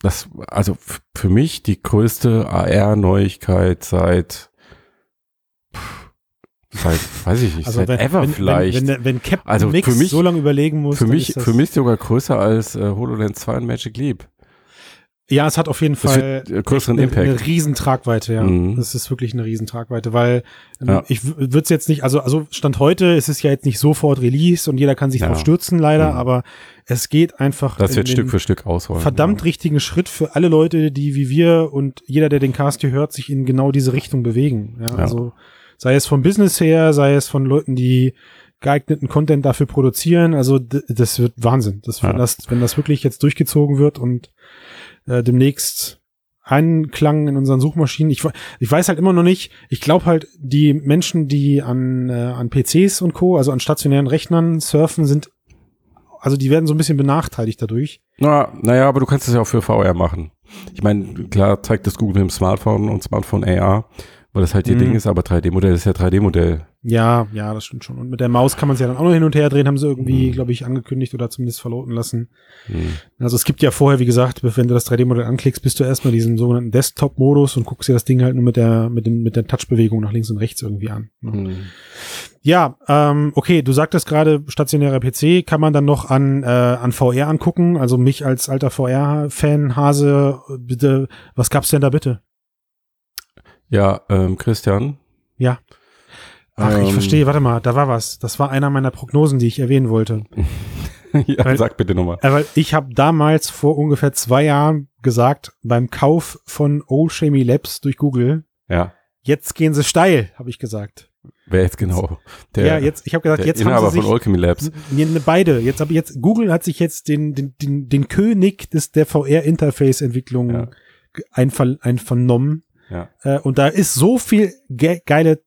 S2: das also f- für mich die größte AR-Neuigkeit seit pff, seit weiß ich nicht, seit ever
S1: Also wenn,
S2: vielleicht.
S1: Wenn, wenn, wenn Captain
S2: Also
S1: Mix
S2: für mich-
S1: so lange überlegen muss.
S2: für
S1: dann
S2: mich
S1: ist das-
S2: für mich sogar größer als äh, HoloLens 2 und Magic Leap.
S1: Ja, es hat auf jeden
S2: Das
S1: Fall
S2: wird äh, größeren
S1: eine,
S2: Impact.
S1: eine Riesentragweite, ja.
S2: Mhm.
S1: Das ist wirklich eine Riesentragweite, weil ähm,
S2: Ja.
S1: ich würde es jetzt nicht, also, also Stand heute ist es ja jetzt nicht sofort Release und jeder kann sich
S2: Ja.
S1: drauf stürzen, leider,
S2: Mhm.
S1: aber es geht einfach
S2: Das
S1: in
S2: wird
S1: den
S2: Stück für Stück ausrollen. genau.
S1: verdammt richtigen Schritt für alle Leute, die wie wir und jeder, der den Cast hier hört, sich in genau diese Richtung bewegen. Ja,
S2: Ja.
S1: Also sei es vom Business her, sei es von Leuten, die geeigneten Content dafür produzieren. Also d- das wird Wahnsinn. Das, wenn,
S2: Ja.
S1: das, wenn das wirklich jetzt durchgezogen wird und äh, demnächst Anklang in unseren Suchmaschinen. Ich, we- ich weiß halt immer noch nicht, ich glaube halt, die Menschen, die an, äh, an PCs und Co., also an stationären Rechnern surfen, sind, also die werden so ein bisschen benachteiligt dadurch.
S2: Na, naja, aber du kannst es ja auch für VR machen. Ich meine, klar zeigt das Google mit dem Smartphone und Smartphone AR, weil das halt ihr
S1: Mhm.
S2: Ding ist, aber 3D-Modell ist ja 3D-Modell.
S1: Ja, ja, das stimmt schon. Und mit der Maus kann man es ja dann auch noch hin und her drehen, haben sie irgendwie,
S2: Mhm.
S1: glaube ich, angekündigt oder zumindest verloten lassen.
S2: Hm.
S1: Also es gibt ja vorher, wie gesagt, wenn du das 3D-Modell anklickst, bist du erstmal in diesem sogenannten Desktop-Modus und guckst dir das Ding halt nur mit der, mit dem, mit der Touch-Bewegung nach links und rechts irgendwie an. ne?
S2: Mhm.
S1: Ja, ähm, okay, du sagtest gerade, stationärer PC kann man dann noch an, äh, an VR angucken. Also mich als alter VR-Fan, Hase, bitte, was gab's denn da bitte?
S2: Ja, ähm, Christian.
S1: Ja. Ach, ich
S2: Ähm,
S1: verstehe, warte mal, da war was. Das war einer meiner Prognosen, die ich erwähnen wollte.
S2: ja,
S1: Weil-
S2: sag bitte nochmal.
S1: Aber ich habe damals vor ungefähr zwei Jahren gesagt, beim Kauf von Oshemi Labs durch Google,
S2: Ja,
S1: jetzt gehen sie steil, habe ich gesagt.
S2: wer jetzt genau?
S1: ja, jetzt, ich habe gesagt,
S2: der
S1: jetzt
S2: Inhaber
S1: haben sie
S2: von
S1: sich
S2: Alchemy Labs.
S1: Nee, ne, beide. Jetzt aber jetzt Google hat sich jetzt den den den, den König des der VR Interface Entwicklung
S2: Ja.
S1: ge- einver, einvernommen.
S2: Ja.
S1: Äh, und da ist so viel ge geile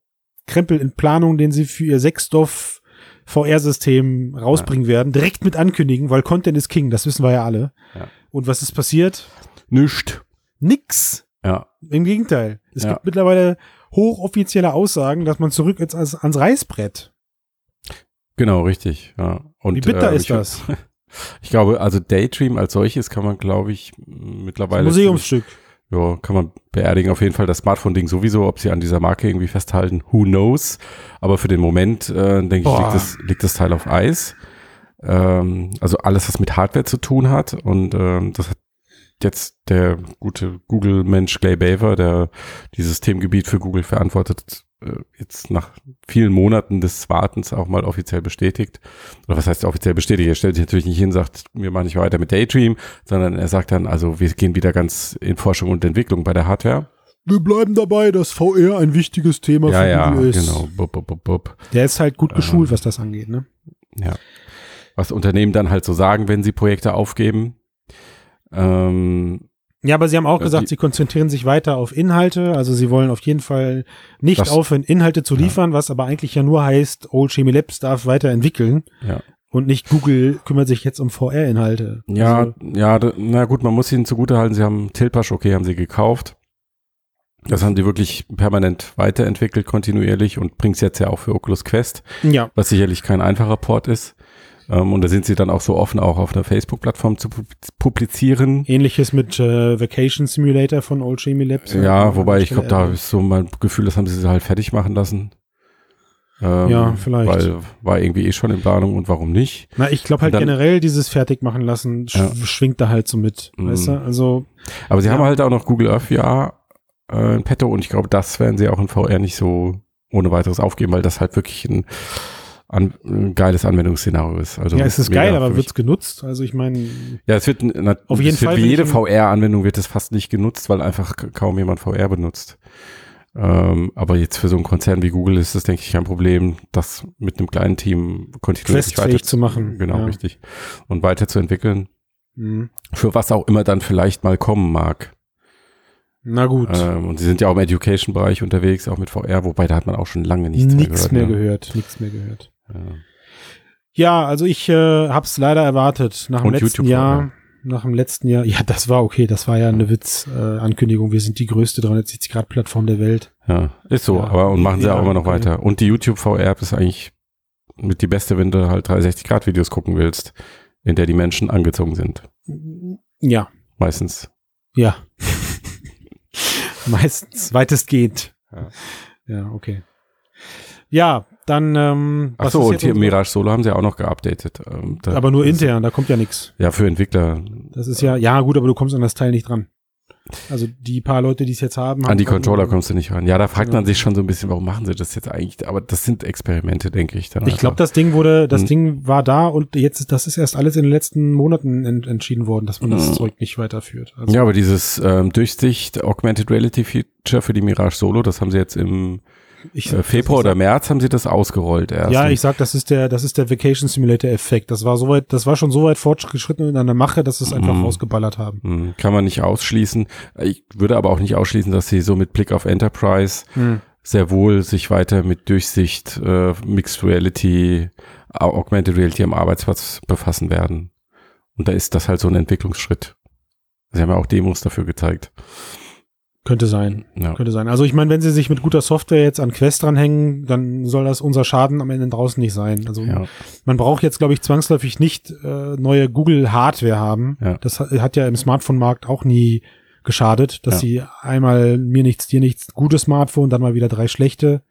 S1: Krempel in Planung, den sie für ihr Sechsdorf VR-System rausbringen werden, direkt mit ankündigen, weil Content ist King, das wissen wir ja alle.
S2: Ja.
S1: Und was ist passiert?
S2: Nischt.
S1: Nix.
S2: Ja,
S1: Im Gegenteil. Es
S2: Ja.
S1: gibt mittlerweile hochoffizielle Aussagen, dass man zurück ins, ans, ans Reißbrett.
S2: genau, richtig. Ja. Und,
S1: Wie bitter
S2: äh,
S1: ist
S2: ich,
S1: das?
S2: Ich glaube, also Daydream als solches kann man, glaube ich, m- mittlerweile.
S1: Museumsstück.
S2: Ja, kann man beerdigen. Auf jeden Fall das Smartphone-Ding sowieso, ob sie an dieser Marke irgendwie festhalten, who knows. Aber für den Moment, äh, denke ich,
S1: Boah.
S2: liegt das, liegt das Teil auf Eis. Ähm, also alles, was mit Hardware zu tun hat. Und ähm, das hat jetzt der gute Google-Mensch Clay Baver, der dieses Themengebiet für Google verantwortet, äh, jetzt nach vielen Monaten des Wartens auch mal offiziell bestätigt. Oder was heißt offiziell bestätigt? Er stellt sich natürlich nicht hin und sagt, wir machen nicht weiter mit Daydream, sondern er sagt dann, also wir gehen wieder ganz in Forschung und Entwicklung bei der Hardware.
S1: Wir bleiben dabei, dass VR ein wichtiges Thema
S2: Ja, ja,
S1: Google
S2: genau. Bup, bup, bup, bup.
S1: Der ist halt gut
S2: Ähm.
S1: geschult, was das angeht, ne?
S2: Was Unternehmen dann halt so sagen, wenn sie Projekte aufgeben. Ähm,
S1: Ja, aber sie haben auch
S2: Ja,
S1: gesagt,
S2: die-
S1: sie konzentrieren sich weiter auf Inhalte, also sie wollen auf jeden Fall nicht
S2: Das-
S1: aufhören, Inhalte zu
S2: Ja.
S1: liefern, was aber eigentlich ja nur heißt, Old Chemie Labs darf weiterentwickeln.
S2: Ja.
S1: Und nicht Google kümmert sich jetzt um VR-Inhalte.
S2: ja,
S1: Also,
S2: ja, d- na gut, man muss ihnen zugutehalten, sie haben Tilpasch, okay, haben sie gekauft. Das haben die wirklich permanent weiterentwickelt, kontinuierlich und bringt es jetzt ja auch für Oculus Quest,
S1: Ja.
S2: was sicherlich kein einfacher Port ist. Ähm, und da sind sie dann auch so offen, auch auf der Facebook-Plattform zu pub- publizieren.
S1: Ähnliches mit äh, Vacation Simulator von Old Jamie Labs.
S2: Ja, wobei ich glaube, da habe ich so mein Gefühl, das haben sie halt fertig machen lassen. Ähm,
S1: Ja, vielleicht.
S2: Weil war irgendwie eh schon in Planung und warum nicht?
S1: Na, ich glaube halt
S2: Dann-
S1: generell dieses fertig machen lassen sch
S2: Ja.
S1: schwingt da halt so mit,
S2: Mhm.
S1: weißt du? Also
S2: Aber sie
S1: Ja.
S2: haben halt auch noch Google Earth VR äh, in petto und ich glaube, das werden sie auch in VR nicht so ohne weiteres aufgeben, weil das halt wirklich ein, an, ein geiles Anwendungsszenario ist. Also
S1: ja, es ist
S2: mega
S1: geil,
S2: für
S1: aber
S2: mich.
S1: wird's genutzt? Also ich meine,
S2: Ja, es wird, n- na,
S1: Auf
S2: es
S1: jeden
S2: wird
S1: Fall
S2: wie
S1: bin
S2: jede
S1: ich-
S2: VR-Anwendung wird es fast nicht genutzt, weil einfach k- kaum jemand VR benutzt. Ähm, aber jetzt für so einen Konzern wie Google ist das, denke ich, kein Problem, das mit einem kleinen Team kontinuierlich
S1: Questfähig zu machen,
S2: Genau,
S1: ja.
S2: richtig. Und weiterzuentwickeln,
S1: mh,
S2: für was auch immer dann vielleicht mal kommen mag.
S1: na gut,
S2: Ähm, und sie sind ja auch im Education-Bereich unterwegs, auch mit VR, wobei da hat man auch schon lange nichts,
S1: nichts, mehr
S2: ne?
S1: gehört, nichts mehr gehört.
S2: Ja.
S1: Ja, also ich äh, hab's leider erwartet nach dem
S2: Und
S1: letzten
S2: YouTube war,
S1: Jahr.
S2: ja.
S1: Nach dem letzten Jahr, ja, das war okay, das war ja eine Witz-Ankündigung. Wir sind die größte 360-Grad-Plattform der Welt.
S2: Ja, ist so,
S1: Ja. eh
S2: aber und machen sie
S1: Ja,
S2: auch immer noch
S1: okay.
S2: weiter. Und die YouTube VR-App ist eigentlich mit die beste, wenn du halt 360-Grad-Videos gucken willst, in der die Menschen angezogen sind.
S1: Ja,
S2: Meistens.
S1: ja. Meistens, weitestgehend.
S2: Ja.
S1: Ja, okay. Ja, dann. Ähm, was
S2: Achso,
S1: ist
S2: und
S1: jetzt
S2: hier
S1: unsere-
S2: Mirage Solo haben sie auch noch geupdatet. Ähm, da-
S1: Aber nur
S2: das-
S1: intern, da kommt ja nichts.
S2: Ja, für Entwickler.
S1: Das ist ja, ja gut, aber du kommst an das Teil nicht dran. Also die paar Leute, die es jetzt haben, haben
S2: An die Controller kommst du nicht ran. Ja, da fragt
S1: Genau.
S2: man sich schon so ein bisschen, warum machen sie das jetzt eigentlich? Aber das sind Experimente, denke ich. Dann
S1: Ich glaube, das Ding wurde, das
S2: Mhm.
S1: Ding war da und jetzt, ist- das ist erst alles in den letzten Monaten ent entschieden worden, dass man das
S2: Mhm.
S1: Zeug nicht weiterführt. Also,
S2: Ja, aber dieses ähm, Durchsicht Augmented Reality Feature für die Mirage Solo, das haben sie jetzt im
S1: ich,
S2: äh, Februar oder März haben sie das ausgerollt erst.
S1: Ja,
S2: Und
S1: ich sag, das ist der, das ist der Vacation Simulator Effekt. Das war so weit, das war schon so weit fortgeschritten in einer Mache, dass sie es einfach
S2: Mhm.
S1: rausgeballert haben.
S2: Hm, Kann man nicht ausschließen. Ich würde aber auch nicht ausschließen, dass sie so mit Blick auf Enterprise sehr wohl sich weiter mit Durchsicht, äh, Mixed Reality, Au- Augmented Reality am Arbeitsplatz befassen werden. Und da ist das halt so ein Entwicklungsschritt. Sie haben ja auch Demos dafür gezeigt.
S1: Könnte sein.
S2: Ja.
S1: Könnte sein. Also ich meine, wenn sie sich mit guter Software jetzt an Quest dranhängen, dann soll das unser Schaden am Ende draußen nicht sein. Also
S2: Ja.
S1: man braucht jetzt, glaube ich, zwangsläufig nicht äh, neue Google-Hardware haben.
S2: Ja.
S1: Das ha- hat ja im Smartphone-Markt auch nie geschadet, dass sie einmal mir nichts, dir nichts, gutes Smartphone, dann mal wieder drei schlechte.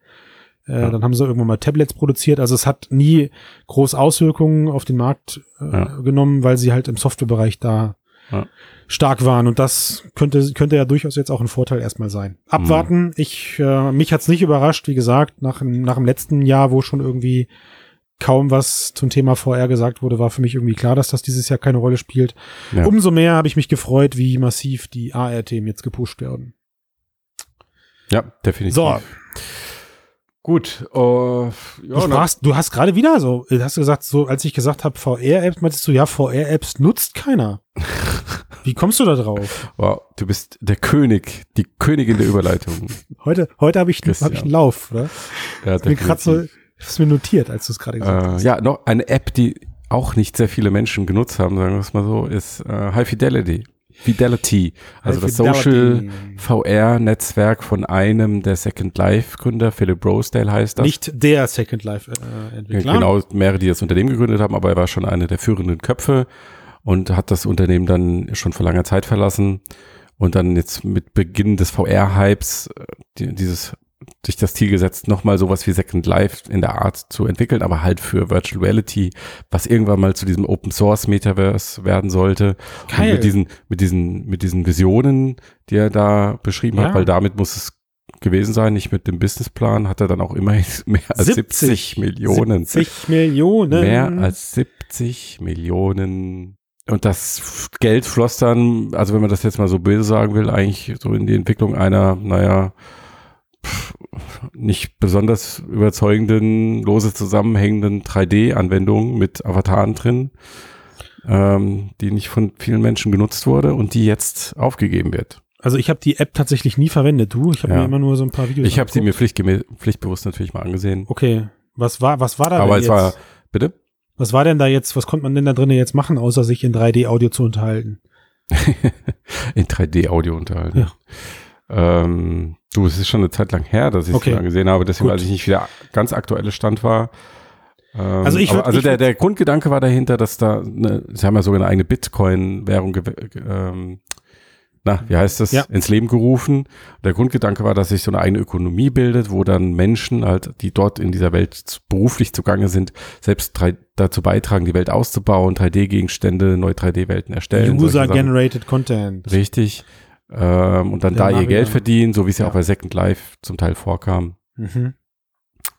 S1: Äh,
S2: Ja.
S1: Dann haben sie irgendwann mal Tablets produziert. Also es hat nie groß Auswirkungen auf den Markt äh,
S2: Ja.
S1: genommen, weil sie halt im Softwarebereich da
S2: Ja.
S1: stark waren. Und das könnte, könnte ja durchaus jetzt auch ein Vorteil erstmal sein. Abwarten.
S2: Mhm.
S1: Ich, äh, mich hat's nicht überrascht, wie gesagt, nach, dem- nach dem letzten Jahr, wo schon irgendwie kaum was zum Thema VR gesagt wurde, war für mich irgendwie klar, dass das dieses Jahr keine Rolle spielt.
S2: Ja.
S1: Umso mehr habe ich mich gefreut, wie massiv die AR-Themen jetzt gepusht werden.
S2: ja, definitiv.
S1: So.
S2: Gut. Äh, ja, ne?
S1: du,
S2: na-
S1: sprachst, du hast gerade wieder so, äh, hast du gesagt, so als ich gesagt habe, VR-Apps, meintest du, ja, VR-Apps nutzt keiner. Wie kommst du da drauf?
S2: wow, du bist der König, die Königin der Überleitung.
S1: Heute, heute habe ich,
S2: Christian.
S1: hab ich einen Lauf, oder?
S2: Ja,
S1: Mir grad so,
S2: definitiv.
S1: ist mir notiert, als du es gerade gesagt
S2: Äh,
S1: hast.
S2: ja, noch eine App, die auch nicht sehr viele Menschen genutzt haben, sagen wir es mal so, ist äh, High Fidelity. Fidelity, also das Social VR-Netzwerk von einem der Second Life-Gründer, Philip Rosedale heißt das.
S1: Nicht der Second äh, Life-Entwickler.
S2: Genau, mehrere, die das Unternehmen gegründet haben, aber er war schon einer der führenden Köpfe und hat das Unternehmen dann schon vor langer Zeit verlassen und dann jetzt mit Beginn des VR-Hypes äh, die- dieses sich das Ziel gesetzt, nochmal sowas wie Second Life in der Art zu entwickeln, aber halt für Virtual Reality, was irgendwann mal zu diesem Open Source Metaverse werden sollte.
S1: Geil.
S2: Und mit diesen, mit diesen, mit diesen Visionen, die er da beschrieben
S1: Ja.
S2: hat, weil damit muss es gewesen sein, nicht mit dem Businessplan, hat er dann auch immerhin mehr als 70 Äh, Millionen.
S1: 70 Millionen.
S2: Mehr als 70 Millionen. Und das F- Geld floss dann, also wenn man das jetzt mal so böse sagen will, eigentlich so in die Entwicklung einer, naja, pff, nicht besonders überzeugenden, lose zusammenhängenden 3D-Anwendung mit Avataren drin, ähm, die nicht von vielen Menschen genutzt wurde und die jetzt aufgegeben wird.
S1: Also ich habe die App tatsächlich nie verwendet, du. Ich habe
S2: Ja.
S1: mir immer nur so ein paar Videos.
S2: Ich habe sie mir
S1: angeguckt.
S2: pflichtgemä- pflichtbewusst natürlich mal angesehen.
S1: Okay. Was war, was war da denn
S2: Aber es
S1: jetzt?
S2: war, bitte?
S1: was war denn da jetzt? Was konnte man denn da drinnen jetzt machen, außer sich in 3D-Audio zu unterhalten?
S2: in 3D-Audio unterhalten. Ähm, Du, es ist schon eine Zeit lang her, dass ich es
S1: Okay.
S2: so lange gesehen habe, deswegen
S1: Gut.
S2: weiß ich nicht, wie der ganz aktuelle Stand war. Ähm,
S1: Also ich würd-
S2: aber- also
S1: ich
S2: der,
S1: würd-
S2: der Grundgedanke war dahinter, dass da, eine, sie haben ja sogar eine eigene Bitcoin-Währung, ge- ge- ähm, na, wie heißt das,
S1: Ja.
S2: ins Leben gerufen. Der Grundgedanke war, dass sich so eine eigene Ökonomie bildet, wo dann Menschen halt, die dort in dieser Welt zu- beruflich zugange sind, selbst drei, dazu beitragen, die Welt auszubauen, 3D-Gegenstände, neue 3D-Welten erstellen. solche Sachen.
S1: User-generated Content.
S2: Richtig. Ähm, und dann
S1: Der
S2: da ihr
S1: Marian.
S2: Geld verdienen, so wie es ja.
S1: Ja.
S2: auch bei Second Life zum Teil vorkam.
S1: Mhm.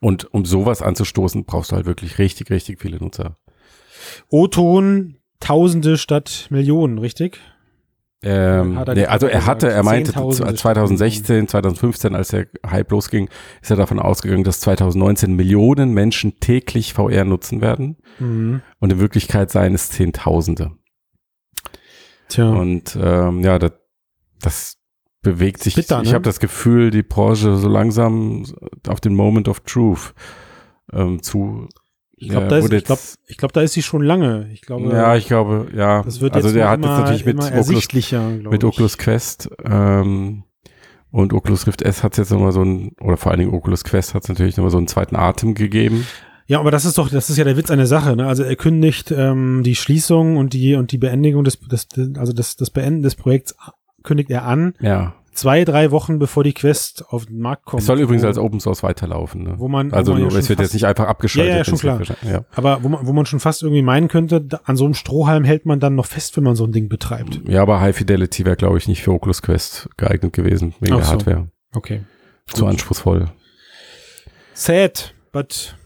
S2: Und um sowas anzustoßen, brauchst du halt wirklich richtig, richtig viele Nutzer.
S1: O-Ton, Tausende statt Millionen, richtig?
S2: Ähm,
S1: Hat er
S2: nee, also er
S1: gesagt,
S2: hatte, er meinte
S1: Zehntausende
S2: 2016, 2015, als der Hype losging, ist er davon ausgegangen, dass 2019 Millionen Menschen täglich VR nutzen werden.
S1: Mhm.
S2: Und in Wirklichkeit seien es Zehntausende.
S1: Tja.
S2: Und ähm, ja, das, das bewegt sich.
S1: Bitter,
S2: ich
S1: ne?
S2: habe das Gefühl, die Branche so langsam auf den Moment of Truth ähm, zu.
S1: ich glaube,
S2: äh,
S1: da, ist-
S2: wurde
S1: ich glaub,
S2: jetzt-
S1: ich glaub, da ist sie schon lange. Ich glaube,
S2: ja, ich glaube, ja.
S1: das wird jetzt
S2: also der
S1: noch
S2: hat
S1: immer,
S2: jetzt natürlich mit
S1: immer
S2: Oculus,
S1: ersichtlicher, glaub
S2: mit
S1: ich.
S2: Oculus Quest ähm, und Oculus Rift S hat jetzt nochmal so einen, oder vor allen Dingen Oculus Quest hat es natürlich nochmal so einen zweiten Atem gegeben.
S1: Ja, aber das ist doch, das ist ja der Witz an der Sache. Ne? Also er kündigt ähm, die Schließung und die und die Beendigung des, des also das, das Beenden des Projekts kündigt er an,
S2: Ja.
S1: zwei, drei Wochen bevor die Quest auf den Markt kommt.
S2: Es soll übrigens
S1: wo,
S2: als Open Source weiterlaufen. Ne?
S1: wo man,
S2: also
S1: wo man ja
S2: nur, es
S1: schon
S2: wird jetzt
S1: fast-
S2: nicht einfach abgeschaltet.
S1: Ja, ja, schon
S2: wenn's
S1: klar.
S2: nicht- Ja.
S1: Aber wo man, wo man schon fast irgendwie meinen könnte, da, an so einem Strohhalm hält man dann noch fest, wenn man so ein Ding betreibt.
S2: Ja, aber High Fidelity wäre, glaube ich, nicht für Oculus Quest geeignet gewesen, wegen
S1: Ach
S2: der
S1: so.
S2: Hardware.
S1: Okay.
S2: Zu
S1: Gut.
S2: anspruchsvoll.
S1: Sad, but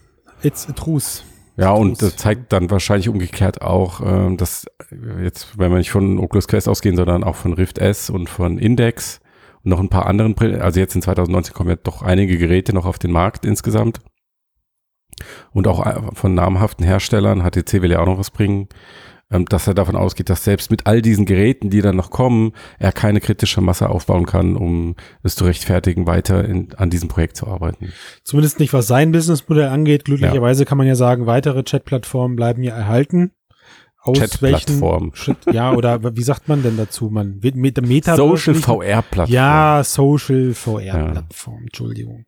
S1: it's a truth.
S2: Ja, und
S1: Fuß.
S2: das zeigt dann wahrscheinlich umgekehrt auch, ähm, dass äh, jetzt, wenn wir nicht von Oculus Quest ausgehen, sondern auch von Rift S und von Index und noch ein paar anderen Brillen, also jetzt in 2019 kommen ja doch einige Geräte noch auf den Markt insgesamt. Und auch äh, von namhaften Herstellern, HTC will ja auch noch was bringen, ähm, dass er davon ausgeht, dass selbst mit all diesen Geräten, die dann noch kommen, er keine kritische Masse aufbauen kann, um es zu rechtfertigen, weiter in, an diesem Projekt zu arbeiten.
S1: Zumindest nicht, was sein Businessmodell angeht. Glücklicherweise kann man ja sagen, weitere Chat-Plattformen bleiben ja erhalten. Aus welchen
S2: Chat-Plattform.
S1: Shit, ja, oder wie sagt man denn dazu? Man wird mit Meta
S2: Social VR-Plattform.
S1: Ja, Social VR Plattform, Entschuldigung.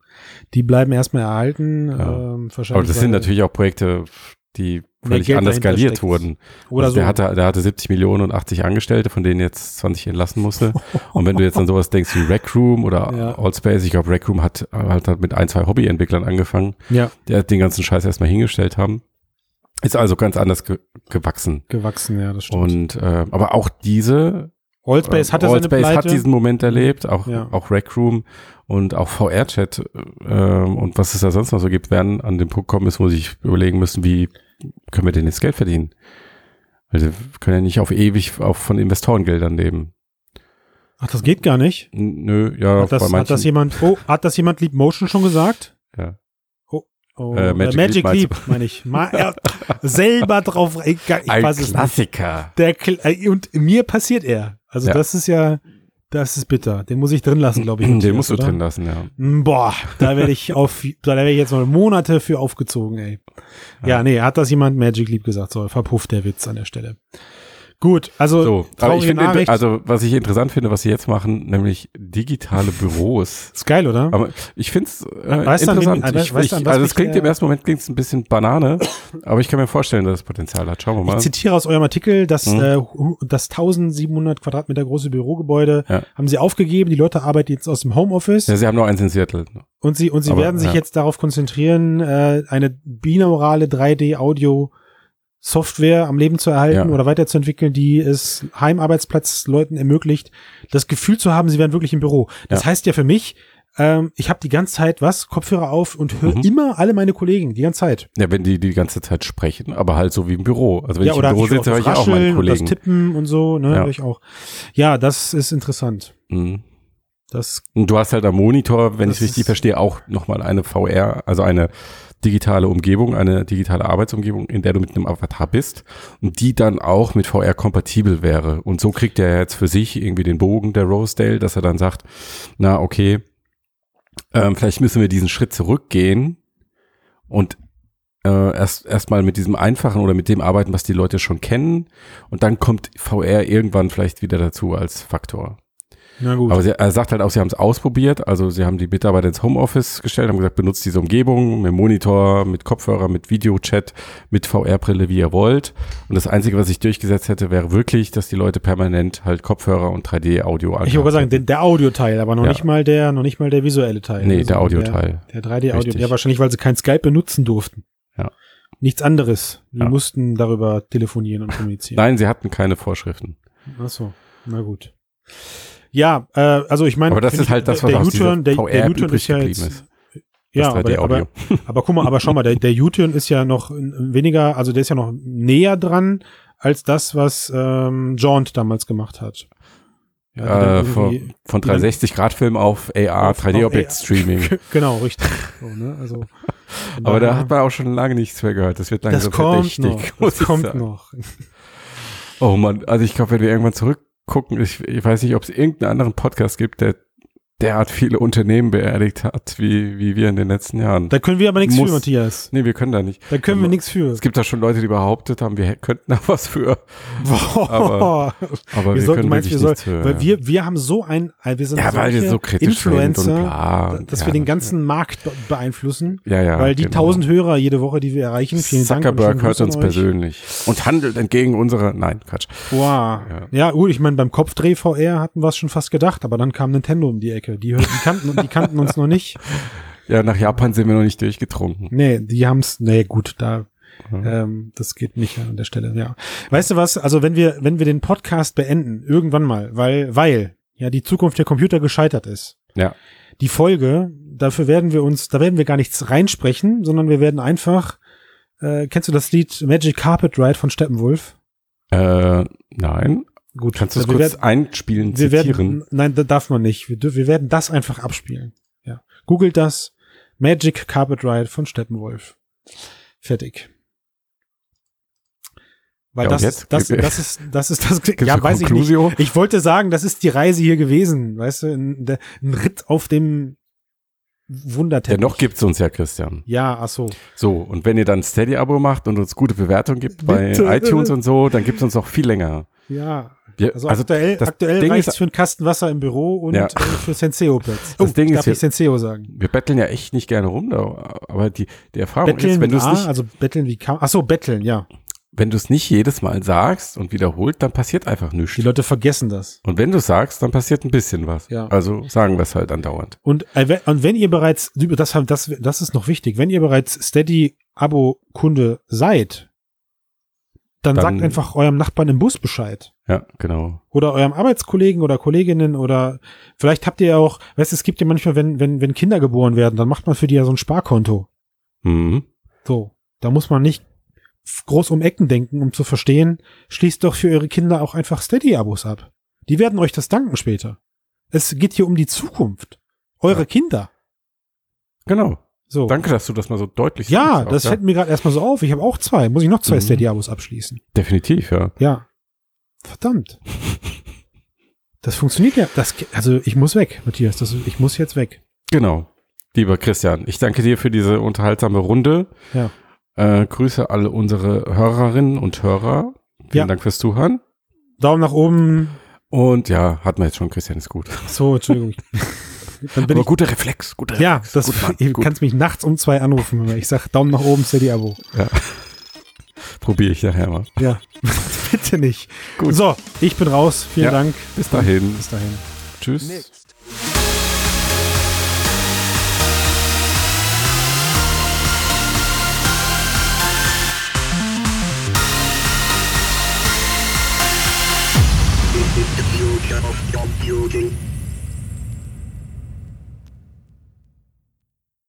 S1: Die bleiben erstmal erhalten,
S2: Ja.
S1: ähm,
S2: Aber
S1: wahrscheinlich.
S2: das sind
S1: weil-
S2: natürlich auch Projekte, die
S1: Mehr
S2: völlig
S1: Geld
S2: anders
S1: dahinter
S2: skaliert
S1: steckt.
S2: wurden.
S1: oder
S2: also
S1: so.
S2: der, hatte, der hatte 70 Millionen und 80 Angestellte, von denen jetzt 20 entlassen musste. und wenn du jetzt an sowas denkst wie Rec Room oder
S1: Ja.
S2: Allspace, ich glaube, Rec Room hat, hat halt mit ein, zwei Hobbyentwicklern angefangen,
S1: ja,
S2: die den ganzen Scheiß erstmal hingestellt haben. Ist also ganz anders ge gewachsen.
S1: gewachsen, ja, das stimmt.
S2: Und äh, aber auch diese
S1: Allspace hatte seine
S2: Allspace
S1: Pleite.
S2: hat diesen Moment erlebt, auch,
S1: Ja.
S2: auch Rec Room und auch VR-Chat ähm, und was es da sonst noch so gibt, werden an den Punkt kommen müssen, wo sie sich überlegen müssen, wie können wir denn jetzt Geld verdienen? Also wir können ja nicht auf ewig auch von Investorengeldern leben.
S1: Ach, das geht gar nicht.
S2: N- Nö, ja,
S1: Hat das, hat das jemand, oh, hat das jemand Leap Motion schon gesagt?
S2: Ja.
S1: Oh, oh
S2: Äh,
S1: äh,
S2: Magic
S1: Magic,
S2: Leap meinst
S1: Leap, meine ich. Ma er, selber drauf, egal, ich
S2: ein
S1: weiß es nicht.
S2: Klassiker.
S1: Der, Kl- äh, und mir passiert er. Also
S2: Ja.
S1: das ist ja, das ist bitter. Den muss ich drin lassen, glaube ich.
S2: Den
S1: Matthias,
S2: musst du
S1: oder?
S2: drin lassen, ja.
S1: Mm, Boah, da werde ich auf, da werde ich jetzt mal Monate für aufgezogen, ey. Ja, nee, hat das jemand Magic Leap gesagt, so verpufft der Witz an der Stelle. Gut, also
S2: So, aber ich
S1: traurige
S2: finde,
S1: Nachricht.
S2: also was ich interessant finde, was sie jetzt machen, nämlich digitale Büros.
S1: ist geil, oder?
S2: Aber ich find's äh,
S1: Mhm. Weißt du, an wen-
S2: interessant.
S1: an-
S2: ich,
S1: weißt
S2: ich,
S1: du, an was
S2: also es
S1: mich äh
S2: klingt
S1: der-
S2: im ersten Moment klingt's ein bisschen Banane, aber ich kann mir vorstellen, dass es Potenzial hat. Schauen wir
S1: Ich
S2: mal.
S1: zitiere aus eurem Artikel, dass
S2: Mhm.
S1: äh, hu- das 1700 Quadratmeter große Bürogebäude
S2: Ja.
S1: haben sie aufgegeben. Die Leute arbeiten jetzt aus dem Homeoffice
S2: Ja, sie haben nur eins in Seattle.
S1: und sie und sie
S2: aber,
S1: werden sich
S2: ja.
S1: jetzt darauf konzentrieren, äh, eine binaurale 3D-Audio-Software am Leben zu erhalten
S2: Ja.
S1: oder weiterzuentwickeln, die es Heimarbeitsplatzleuten ermöglicht, das Gefühl zu haben, sie wären wirklich im Büro. Das
S2: Ja.
S1: heißt ja für mich, ähm, ich habe die ganze Zeit was Kopfhörer auf und höre
S2: Mhm.
S1: immer alle meine Kollegen die ganze Zeit.
S2: Ja, wenn die die ganze Zeit sprechen, aber halt so wie im Büro. Also wenn
S1: ja,
S2: ich
S1: oder
S2: im Büro
S1: ich höre
S2: sitze, höre
S1: das
S2: ich ja auch meinen
S1: Rascheln und das
S2: Kollegen.
S1: Tippen und so, ne,
S2: Ja.
S1: höre ich auch. Ja, das ist interessant.
S2: Mhm.
S1: Das
S2: Und du hast halt am Monitor, wenn ich
S1: Das
S2: es richtig
S1: ist-
S2: verstehe, auch nochmal eine VR, also eine digitale Umgebung, eine digitale Arbeitsumgebung, in der du mit einem Avatar bist und die dann auch mit VR kompatibel wäre. Und so kriegt er jetzt für sich irgendwie den Bogen der Rosedale, dass er dann sagt, na okay, ähm, vielleicht müssen wir diesen Schritt zurückgehen und äh, erst erstmal mit diesem einfachen oder mit dem arbeiten, was die Leute schon kennen und dann kommt VR irgendwann vielleicht wieder dazu als Faktor.
S1: Na gut.
S2: Aber sie, er sagt halt auch, sie haben es ausprobiert. Also sie haben die Mitarbeiter ins Homeoffice gestellt, haben gesagt, benutzt diese Umgebung mit Monitor, mit Kopfhörer, mit Videochat, mit VR-Brille, wie ihr wollt. Und das Einzige, was ich durchgesetzt hätte, wäre wirklich, dass die Leute permanent halt Kopfhörer und 3D-Audio
S1: ich wollte sagen, der, der Audioteil, aber noch
S2: Ja.
S1: nicht mal der, noch nicht mal der visuelle Teil.
S2: Nee, der Audioteil.
S1: Der, der 3D-Audio.
S2: Richtig.
S1: Ja, wahrscheinlich, weil sie kein Skype benutzen durften.
S2: Ja.
S1: Nichts anderes. Wir
S2: Ja.
S1: mussten darüber telefonieren und kommunizieren.
S2: Nein, sie hatten keine Vorschriften.
S1: Ach so, na gut. Ja, äh, also ich meine,
S2: aber das
S1: find
S2: ist
S1: ich,
S2: halt das, was
S1: der
S2: aus dieser
S1: U-Turn, der, der
S2: VR
S1: U-Turn
S2: übrig
S1: ist ja
S2: geblieben
S1: jetzt,
S2: ist.
S1: ja,
S2: das 3D
S1: aber,
S2: Audio.
S1: aber, aber guck mal, aber schau mal, der, der U-Turn ist ja noch n- weniger, also der ist ja noch näher dran als das, was ähm, Jaunt damals gemacht hat. Ja, die dann
S2: äh, von,
S1: irgendwie-
S2: von
S1: die dann-
S2: 360-Grad-Film auf AR,
S1: Auf- auf
S2: 3D-Objekt-Streaming.
S1: genau, richtig. So, ne? also,
S2: Aber da hat man auch schon lange nichts mehr gehört. Das wird
S1: das
S2: langsam
S1: kommt
S2: verdächtig,
S1: noch,
S2: muss
S1: das
S2: ich
S1: kommt
S2: sagen.
S1: noch.
S2: Oh Mann, also ich glaube, wenn wir irgendwann zurückgucken, ich, ich weiß nicht, ob es irgendeinen anderen Podcast gibt, der derart viele Unternehmen beerdigt hat, wie, wie wir in den letzten Jahren.
S1: Da können wir aber nichts für,
S2: Muss-
S1: Matthias.
S2: nee, wir können da nicht.
S1: Da können wir nichts für.
S2: Es gibt da schon Leute, die behauptet haben, wir hä- könnten da was für, aber- aber wir,
S1: wir sollten
S2: können
S1: meinst,
S2: wirklich
S1: wir sollten,
S2: nichts für.
S1: weil wir, wir haben so ein, wir sind
S2: ja, weil wir
S1: solche
S2: so kritisch
S1: Influencer,
S2: sind und bla. und
S1: dass
S2: ja,
S1: wir den
S2: das-
S1: ganzen Markt be- beeinflussen,
S2: ja, ja,
S1: weil die
S2: genau.
S1: tausend Hörer jede Woche, die wir erreichen, vielen Dank.
S2: Zuckerberg
S1: und schönen
S2: hört
S1: Gruß an
S2: uns
S1: euch.
S2: persönlich und handelt entgegen unserer. Nein, Quatsch.
S1: Wow.
S2: Ja.
S1: Ja, gut, ich meine, beim Kopfdreh VR hatten wir es schon fast gedacht, aber dann kam Nintendo um die Ecke. Die, hör- die, kannten, die kannten uns noch nicht.
S2: Ja, nach Japan sind wir noch nicht durchgetrunken.
S1: Nee, die haben's. Nee, gut, da.
S2: Mhm.
S1: Ähm, das geht nicht an der Stelle, ja. Weißt du was? Also wenn wir, wenn wir den Podcast beenden, irgendwann mal, weil, weil ja die Zukunft der Computer gescheitert ist.
S2: Ja.
S1: Die Folge, dafür werden wir uns, da werden wir gar nichts reinsprechen, sondern wir werden einfach, äh, kennst du das Lied Magic Carpet Ride von Steppenwolf?
S2: Äh, nein.
S1: Gut,
S2: Kannst du es
S1: Also wir
S2: kurz
S1: werden,
S2: einspielen,
S1: wir
S2: zitieren?
S1: werden, nein, da darf man nicht. Wir, dür- wir werden das einfach abspielen. Ja. Googelt das Magic Carpet Ride von Steppenwolf. Fertig. Weil
S2: Ja, und
S1: das,
S2: jetzt?
S1: das, das ist, das ist das,
S2: Gibt's eine
S1: ja, weiß ich nicht.
S2: Conclusio?
S1: Ich wollte sagen, das ist die Reise hier gewesen, weißt du, ein, der- ein Ritt auf dem Wunderteppich.
S2: Dennoch gibt's uns ja, Christian.
S1: Ja, ach so.
S2: So, und wenn ihr dann ein Steady-Abo macht und uns gute Bewertungen gibt bei
S1: Bitte.
S2: iTunes und so, dann gibt's uns noch viel länger.
S1: Ja.
S2: Wir,
S1: Also, aktuell,
S2: das
S1: aktuell
S2: Ding
S1: reicht
S2: ist,
S1: es für einen Kasten Wasser im Büro und
S2: Ja.
S1: äh, für Senseo-Platz. Oh,
S2: Das Ding
S1: ich
S2: ist
S1: darf
S2: ja-
S1: nicht Senseo sagen.
S2: wir betteln ja echt nicht gerne rum, da, aber die, die Erfahrung ist, Oh, wenn du es
S1: ah,
S2: nicht,
S1: also betteln wie kam. Ach so, betteln, ja.
S2: wenn du es nicht jedes Mal sagst und wiederholt, dann passiert einfach
S1: Die
S2: nichts.
S1: Leute vergessen das.
S2: Und wenn du sagst, dann passiert ein bisschen was.
S1: Ja.
S2: Also sagen wir es halt andauernd.
S1: Und, äh, we- und wenn ihr bereits, das, haben- das, das ist noch wichtig, wenn ihr bereits Steady-Abo-Kunde seid, dann,
S2: Dann-
S1: sagt einfach eurem Nachbarn im Bus Bescheid.
S2: Ja, genau.
S1: Oder eurem Arbeitskollegen oder Kolleginnen oder vielleicht habt ihr ja auch, weißt du, es gibt ja manchmal, wenn, wenn, wenn Kinder geboren werden, dann macht man für die ja so ein Sparkonto.
S2: Mhm.
S1: So, da muss man nicht f- groß um Ecken denken, um zu verstehen, schließt doch für eure Kinder auch einfach Steady-Abos ab. Die werden euch das danken später. Es geht hier um die Zukunft. Eure
S2: Ja.
S1: Kinder.
S2: Genau.
S1: So.
S2: Danke, dass du das mal so deutlich
S1: Ja,
S2: sagst. auch,
S1: das fällt mir gerade erstmal so auf. Ich habe auch zwei. Muss ich noch zwei
S2: Mhm.
S1: Steady-Abos abschließen?
S2: Definitiv, ja.
S1: Ja. Verdammt. Das funktioniert ja. Das, also ich muss weg, Matthias. Das, ich muss jetzt weg.
S2: Genau. Lieber Christian, ich danke dir für diese unterhaltsame Runde.
S1: Ja.
S2: Äh, grüße alle unsere Hörerinnen und Hörer. Vielen
S1: Ja.
S2: Dank fürs Zuhören.
S1: Daumen nach oben.
S2: Und ja, hatten wir jetzt schon, Christian ist gut.
S1: So, Entschuldigung. Dann bin
S2: Aber
S1: ich
S2: guter Reflex, guter
S1: Ja,
S2: Reflex.
S1: das,
S2: Äh, gut, Mann,
S1: ihr
S2: gut.
S1: kannst mich nachts um zwei anrufen. wenn Ich sag Daumen nach oben, Steady-Abo.
S2: Probiere ich nachher mal.
S1: Ja, bitte nicht.
S2: Gut.
S1: So, ich bin raus. Vielen
S2: Ja.
S1: Dank.
S2: Bis dahin.
S1: Bis dahin.
S2: Tschüss.
S3: Next.